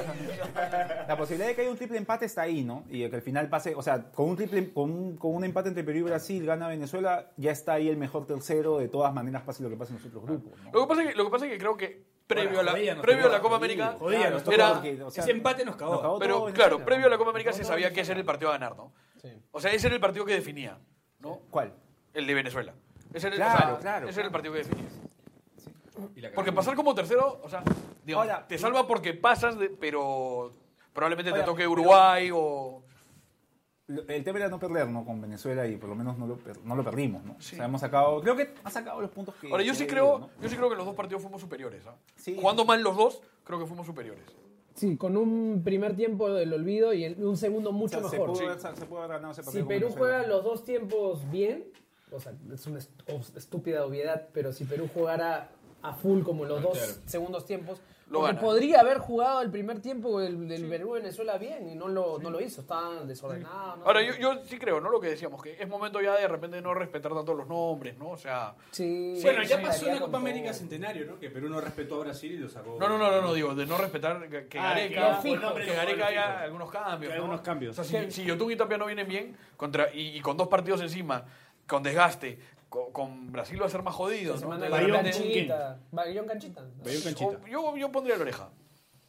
E: la posibilidad de que haya un triple empate está ahí, ¿no? Y de que al final pase, o sea, con un triple con un, con un empate entre Perú y Brasil gana Venezuela, ya está ahí el mejor tercero, de todas maneras pase lo que pase en los otros grupos, ¿no?
F: Lo que pasa es que, lo que, pasa es que creo que previo,
L: Ahora,
F: a,
L: jodida,
F: la,
L: nos
F: previo a
L: tocó,
F: la Copa
L: jodida,
F: América,
E: jodida, nos tocó
F: era,
E: porque- o sea,
L: Ese empate nos
E: nos
L: cagó.
E: acabó todo
F: pero
E: Venezuela,
F: claro, previo a la Copa América
E: nos
F: se
E: acabó todo
F: sabía que ese era el partido a ganar, ¿no? O sea, ese era el partido que definía, ¿no?
E: ¿Cuál?
F: El de Venezuela. Ese era el,
E: Claro,
F: o sea,
E: claro,
F: ese era el
E: claro.
F: partido que definía.
L: Y la cagó.
F: Porque pasar como tercero, o sea, digamos,
E: Ahora-
F: te salva porque pasas, de- pero probablemente te
E: Ahora,
F: toque
E: pero-
F: Uruguay o...
E: Lo- El tema era no perder, ¿no? Con Venezuela y por lo menos no lo, per- no lo perdimos, ¿no? O sea, hemos sacado, creo que ha sacado los puntos que...
F: Ahora, yo
E: que
F: sí
E: debe,
F: creo,
E: ¿no?
F: yo sí creo que los dos partidos fuimos superiores. ¿ah?
E: Sí.
F: Jugando mal los dos, creo que fuimos superiores.
C: Sí, con un primer tiempo del olvido y el- un segundo
E: O sea,
C: mucho
E: se
C: mejor.
E: pudo
C: Sí.
E: haber- se pudo haber ganado ese
C: Si
E: partido con
C: Perú
E: Venezuela.
C: juega los dos tiempos bien, o sea, es una est- ob- estúpida obviedad, pero si Perú jugara a full como los dos segundos tiempos,
F: Lo
C: porque
F: gana.
C: podría haber jugado el primer tiempo del, del Perú-Venezuela bien y no lo, no lo hizo, estaba desordenado. ¿no?
F: Ahora, yo, yo sí creo, ¿no? Lo que decíamos, que es momento ya de repente de no respetar tanto los nombres, ¿no? O sea...
C: Sí,
L: Bueno, ya
C: sí,
L: pasó en la
C: con
L: Copa
C: todo.
L: América Centenario, ¿no? Que Perú no respetó a Brasil y lo sacó.
F: No, no, no, no, no, digo, de no respetar que, que
L: Ah,
F: Gareca,
L: que-
F: que,
L: no, pero-
F: Gareca haya
L: fijo.
F: algunos cambios.
B: Que
F: ¿no?
B: algunos cambios.
F: O sea, si, si Yotun y Tapia no vienen bien contra, y, y con dos partidos encima, con desgaste, con, con Brasil va a ser más jodido.
C: Se
F: ¿no?
C: manda
F: De
C: Bayón
F: repente-
C: Canchita. Bayón Canchita.
B: Bayón Canchita.
F: O- Yo, yo pondría la oreja.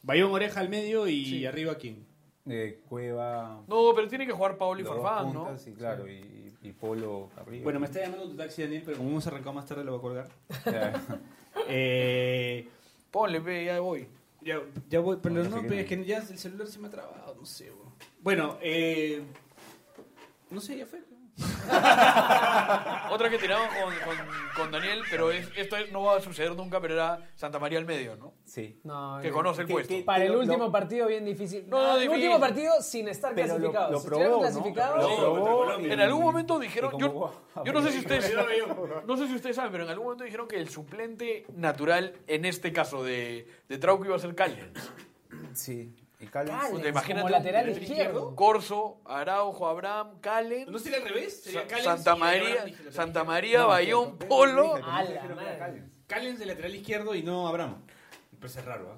B: Bayón oreja al medio y arriba quién.
E: Eh, Cueva...
F: No, pero tiene que jugar Paolo y
E: los dos
F: Farfán, ¿no?
E: puntas, Y, claro, y, y Polo arriba.
B: Bueno, me está llamando tu taxi, Daniel, pero como hemos arrancado más tarde, lo voy a colgar.
E: Ya.
B: Eh,
F: Ponle, ve, ya voy.
B: ya, ya voy, pero
E: No,
B: no,
E: no sé qué
B: pero
E: no.
B: es que ya el celular se me ha trabado, no sé, bro. Bueno, eh, no sé, ya fue.
F: Otra que tiraban con, con- con Daniel, pero es- esto es- no va a suceder nunca, pero era Santa María al medio, ¿no?
E: Sí.
C: No,
F: Que
C: no.
F: conoce el
E: ¿Qué-
F: puesto.
E: qué-
C: Para el
E: Pero
C: último
E: lo-
C: partido bien difícil.
F: No,
C: Ah, El
F: difícil.
C: último partido sin estar
E: Pero lo,
C: clasificados.
E: lo
C: Si
E: probó,
C: estuvieran
E: ¿no?
C: clasificados,
E: Lo
L: Sí,
E: probó
L: contra
E: y-
F: En algún momento
E: y
F: dijeron,
E: como,
F: yo,
E: "Guau".
F: yo no sé si ustedes,
L: Yo lo veo.
F: no sé si ustedes saben, pero en algún momento dijeron que el suplente natural en este caso de, de Trauco iba a ser Callens.
E: Sí. Y Callens.
C: Callens.
F: Puta, imagínate
C: como
F: un
C: lateral
F: lateral
C: izquierdo.
F: Corso, Araujo, Abraham, Callens, eh,
L: ¿No sería al revés? Sería
F: Sa-
L: Callens
F: Santa
L: y lateral
F: María,
L: izquierdo.
F: Santa María,
E: No,
F: Bayón,
E: pero-
F: Polo.
E: pero- pero-
C: A la
E: pero-
C: madre.
E: Callens.
L: Callens de lateral izquierdo y no Abraham. Me parece raro, ¿ah?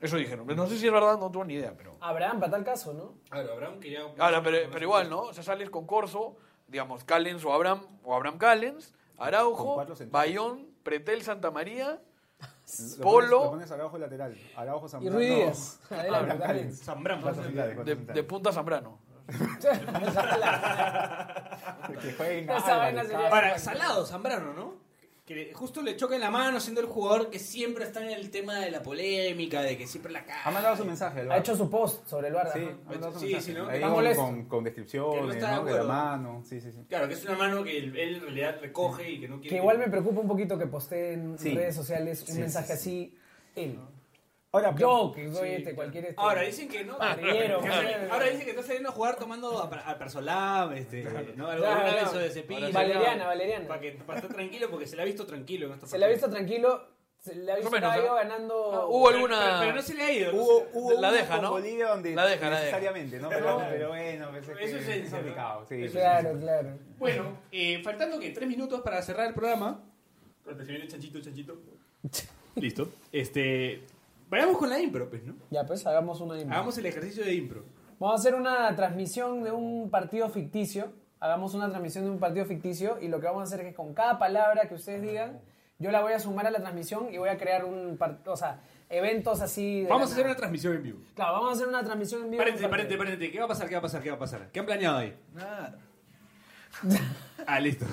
F: Eso dijeron. No sé si es verdad, no tengo ni idea, pero.
C: Abraham, para tal caso, ¿no?
L: Claro, Abraham que ya.
F: Ahora, pero, pero igual, ¿no? O sea, sales con Corso, digamos, Callens o Abraham, o Abraham Callens,
E: Con
F: Araujo,
E: cuatro centrales.
F: Bayón, Pretel Santa María,
E: Lo pones- Lo
F: Polo,
E: pones Araujo lateral. Araujo Zambrano.
F: Ruiz Díaz.
E: no.
F: Adelante,
E: Abraham
F: también.
E: Callens. Cuatro centrales, cuatro
F: de, de
E: centrales.
F: punta Zambrano.
E: Que jueguen
L: Esa
E: Álvarez,
L: vaina sería-
E: Cáceres.
L: Para Salado, Zambrano, ¿no? Que justo le choca en la mano siendo el jugador que siempre está en el tema de la polémica, de que siempre la caga.
E: Ha mandado su mensaje. el
C: Ha
E: VAR.
C: hecho su post sobre el Barça.
E: Sí,
C: ¿no?
E: ha mandado su
L: Sí,
E: mensaje.
L: sí, ¿no?
E: Ahí
L: Está
E: con-
L: molesto.
E: con, con descripciones,
L: Que no está
E: ¿no?
L: de
E: De la
L: acuerdo.
E: mano. Sí, sí, sí.
L: Claro, que es una mano que él, él en realidad recoge y que no quiere.
C: Que igual me preocupa un poquito que posteen en
E: Sí.
C: redes sociales un
E: Sí,
C: mensaje así. Él. Yo, que soy este, cualquier este.
L: Ahora dicen que no.
C: Parrillero,
L: que
C: claro.
L: sale- ahora dicen que está saliendo a jugar tomando a, a Persolab, este, ¿no? Alguna
C: Claro,
L: vez
C: claro.
L: o de cepillo.
C: Valeriana, Valeriana.
L: Para que para estar tranquilo, porque se la ha visto tranquilo en esta
C: Se le ha visto tranquilo. Se le ha visto
F: menos,
C: Cayo
F: ¿no?
C: ganando.
F: hubo alguna-
L: Pero, pero no se le ha ido. no
E: Hubo,
L: se-
E: hubo
F: la
E: una
F: deja,
E: con
F: ¿no?
E: Bolivia donde
F: La deja, la deja.
E: necesariamente, ¿no? Pero,
L: No.
E: pero bueno, pues es que
L: Eso es
E: es
L: senso, ¿no?
E: complicado. Sí, sí,
C: Claro,
E: sí.
C: claro.
L: Bueno, eh, faltando que tres minutos para cerrar el programa. Espérate, se viene chanchito, chanchito. Listo. Este. Vayamos con la impro, pues, ¿no?
C: Ya, pues hagamos una imagen.
L: Hagamos el ejercicio de impro.
C: Vamos a hacer una transmisión de un partido ficticio. Hagamos una transmisión de un partido ficticio y lo que vamos a hacer es que con cada palabra que ustedes digan, yo la voy a sumar a la transmisión y voy a crear un par- o sea, eventos así. de
L: Vamos a
C: la
L: hacer
C: nada.
L: una transmisión en vivo.
C: Claro, vamos a hacer una transmisión en vivo. de un
L: Paréntesis,
C: partido.
L: paréntesis, paréntesis. ¿Qué va a pasar? ¿Qué va a pasar? ¿Qué va a pasar? ¿Qué han planeado ahí?
F: Nada.
L: Ah, listo.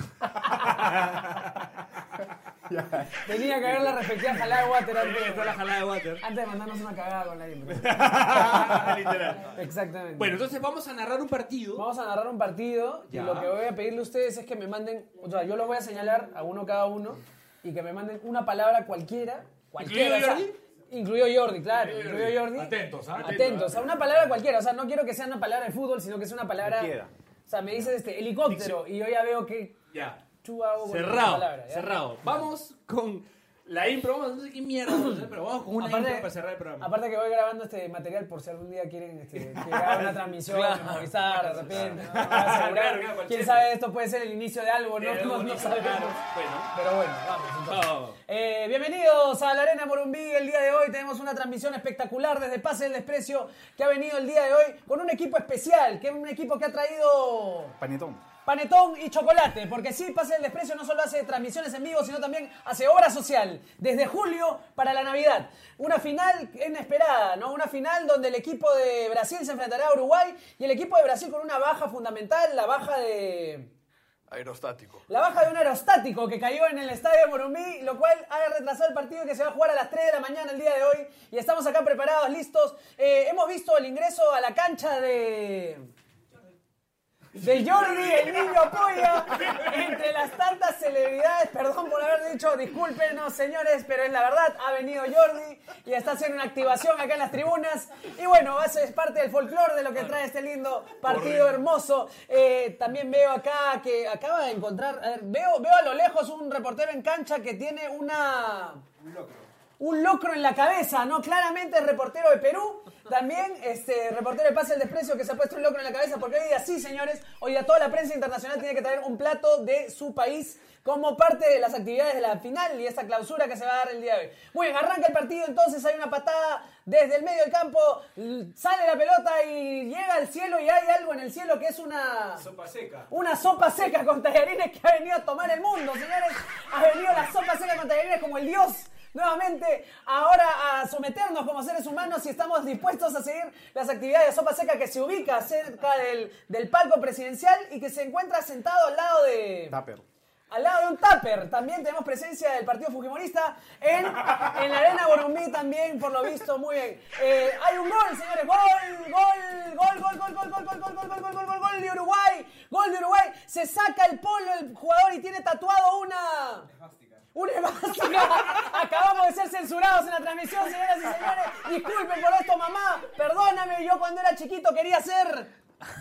C: Tenía que haber la respectiva jalada de water antes,
L: Está la jalada de water.
C: antes de mandarnos una cagada con la intro.
L: Literal.
C: Exactamente.
L: Bueno, entonces vamos a narrar un partido.
C: Vamos a narrar un partido
L: Ya.
C: y lo que voy a pedirle a ustedes es que me manden, o sea, yo los voy a señalar a uno cada uno y que me manden una palabra cualquiera, cualquiera,
L: ¿Incluido
C: o sea,
L: Jordi?
C: incluido Jordi, claro, incluido Jordi.
F: Atentos, ¿ah?
C: Atentos, a una palabra cualquiera, o sea, no quiero que sea una palabra de fútbol, sino que sea una palabra,
E: Cualquiera.
C: o sea, me dices este helicóptero y yo ya veo que
L: Ya.
C: tú hago con esa
L: Cerrado.
C: palabra, ¿ya?
L: cerrado. Vamos con la impro. Vamos, no sé qué mierda, vamos a hacer, pero vamos con una
C: Aparte- eh,
L: impro para cerrar el programa.
C: Aparte que voy grabando este material por si algún día quieren este, que haga una transmisión, improvisar de repente, ¿no? Para asegurar.
L: Claro, claro,
C: Quién
L: cualquier-
C: sabe, esto puede ser el inicio de algo, no,
L: Pero
C: no, no
L: bonito,
C: sabemos.
L: claro. Bueno.
C: Pero bueno, vamos entonces.
L: Vamos.
C: Eh, bienvenidos a la Arena Morumbí. El día de hoy tenemos una transmisión espectacular desde Pase del Desprecio que ha venido el día de hoy con un equipo especial, que es un equipo que ha traído
E: Panetón.
C: Panetón y chocolate, porque sí, Pase del Desprecio no solo hace transmisiones en vivo, sino también hace obra social, desde julio para la Navidad. Una final inesperada, ¿no? Una final donde el equipo de Brasil se enfrentará a Uruguay y el equipo de Brasil con una baja fundamental, la baja de...
F: Aerostático.
C: La baja de un aerostático que cayó en el estadio de Morumbí, lo cual ha retrasado el partido que se va a jugar a las 3 de la mañana el día de hoy. Y estamos acá preparados, listos. Eh, hemos visto el ingreso a la cancha de. De Jordi, el niño apoya entre las tantas celebridades. Perdón por haber dicho, discúlpenos señores, pero es la verdad, ha venido Jordi y está haciendo una activación acá en las tribunas. Y bueno, eso es parte del folclore de lo que trae este lindo partido hermoso. Eh, también veo acá que acaba de encontrar, a ver, veo, veo a lo lejos un reportero en cancha que tiene una un locro en la cabeza, ¿no? Claramente el reportero de Perú, también este reportero de Pase el Desprecio que se ha puesto un locro en la cabeza, porque hoy día sí, señores, hoy día toda la prensa internacional tiene que traer un plato de su país como parte de las actividades de la final y esta clausura que se va a dar el día de hoy. Muy bien, arranca el partido, entonces hay una patada desde el medio del campo, l- sale la pelota y llega al cielo y hay algo en el cielo que es una...
L: Sopa seca.
C: Una sopa seca con tallarines que ha venido a tomar el mundo, señores. Ha venido la sopa seca con tallarines como el dios. Nuevamente, ahora a someternos como seres humanos y estamos dispuestos a seguir las actividades de Sopa Seca que se ubica cerca del, del palco presidencial y que se encuentra sentado al lado de...
E: Tupper.
C: Al lado de un tupper, también tenemos presencia del Partido Fujimorista en, en la Arena Borumbí también, por lo visto, muy bien. Eh, hay un gol, señores, gol, gol, gol, gol, gol, gol, gol, gol, gol, gol, gol, gol, gol, gol, gol de Uruguay, gol de Uruguay. Se saca el polo el jugador y tiene tatuado una... Una esvástica. Acabamos de ser censurados en la transmisión, señoras y señores. Disculpen por esto, mamá. Perdóname, yo cuando era chiquito quería ser...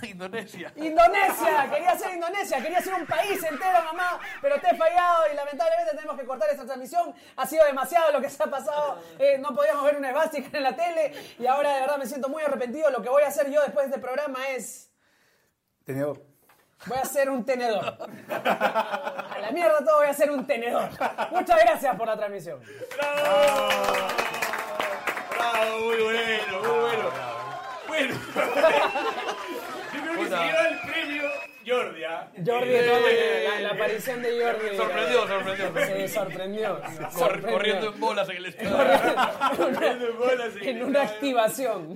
F: Indonesia.
C: Indonesia, quería ser Indonesia, quería ser un país entero, mamá, pero te he fallado y lamentablemente tenemos que cortar esta transmisión. Ha sido demasiado lo que se ha pasado, eh, no podíamos ver una esvástica en la tele y ahora de verdad me siento muy arrepentido. Lo que voy a hacer yo después de este programa es,
E: Tenedor.
C: voy a hacer un tenedor. A la mierda todo, voy a hacer un tenedor. Muchas gracias por la transmisión.
L: ¡Bravo! Bravo, muy bueno, muy bueno. Bueno, yo creo que se
F: Puta.
L: lleva el premio Jordi. ¿ah?
C: Jordi, no,
L: Eh,
C: la, la aparición de Jordi.
F: Sorprendió,
C: Se
F: sorprendió.
C: sorprendió.
F: Cor-
C: sorprendió.
F: Corriendo en bolas en el estudio.
L: Corriendo en bolas en
C: En
L: el
C: una activación.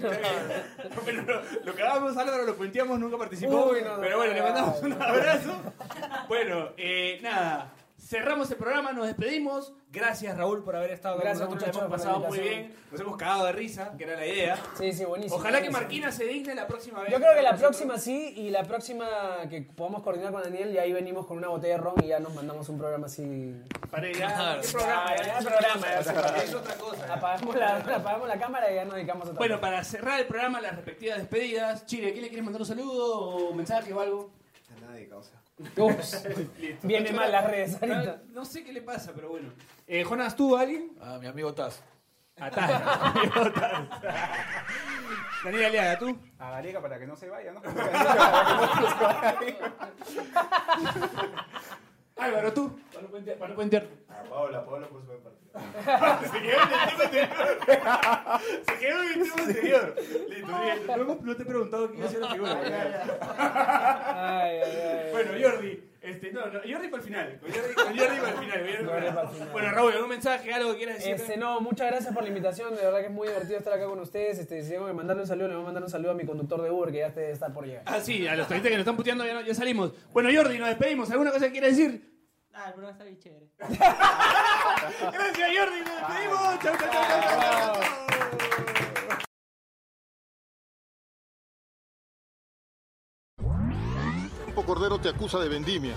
L: Lo cagamos, Álvaro, lo cuenteamos, nunca participó.
C: Uy, no, no,
L: pero bueno,
C: no,
L: le mandamos
C: no,
L: un
C: no.
L: abrazo. Bueno, eh, nada. Cerramos el programa, nos despedimos. Gracias, Raúl, por haber estado con
C: Gracias,
L: nosotros. La
C: muchachos, por la
L: hemos pasado muy
C: invitación.
L: bien. Nos hemos cagado de risa, que era la idea.
C: Sí, sí, buenísimo.
L: Ojalá que
C: buenísimo.
L: Marquina se digne la próxima vez.
C: Yo creo que la próxima sí, y la próxima que podamos coordinar con Daniel, y ahí venimos con una botella de ron y ya nos mandamos un programa así.
L: Para ya, ¿qué programa?
C: Ah,
L: ¿eh?
C: ya, programa, ya, programa.
L: Es otra cosa.
C: Apagamos la, apagamos la cámara y ya nos dedicamos a otra
L: Bueno,
C: cosa.
L: para cerrar el programa, las respectivas despedidas. Chile, ¿a quién le quieres mandar un saludo o mensaje o algo?
D: A nadie, causa.
C: Ups. Viene mal las redes ahorita.
L: No, no sé qué le pasa, pero bueno. Ah, Eh, Jonas, ¿tú alguien? Ah,
F: Ah, mi amigo Taz.
L: Atás. Daniel Aliaga, ¿tú?
E: A Galega para que no se vaya, ¿no?
L: Álvaro, ¿tú? Para no puentear- para no puentear.
D: A Paola, Paola por su buen partido.
L: Se quedó en el tema anterior. Se quedó en el tema anterior. Listo, bien. No, hemos- no te he preguntado quién iba a ser la figura.
C: Ay, ay, ay.
L: Bueno, Jordi. Este, no, no, Jordi para el final. Con Jordi, con Jordi para el final. con Jordi para el
C: para el
L: final.
C: final.
L: Bueno, Raúl, ¿algún mensaje, algo que quieras decir?
C: Este, no, muchas gracias por la invitación, de verdad que es muy divertido estar acá con ustedes. Este, si tengo que mandarle un saludo, le voy a mandar un saludo a mi conductor de Uber que ya este- está por llegar.
L: Ah, sí, a los 30 que nos están puteando ya, no- ya salimos. Bueno, Jordi, nos despedimos. ¿Alguna cosa que quieras decir?
K: Ah, el programa está bien chévere.
L: Gracias, Jordi, nos despedimos. Chau, chau, chau, chau, chau, chau.
A: Campo Cordero te acusa de vendimia.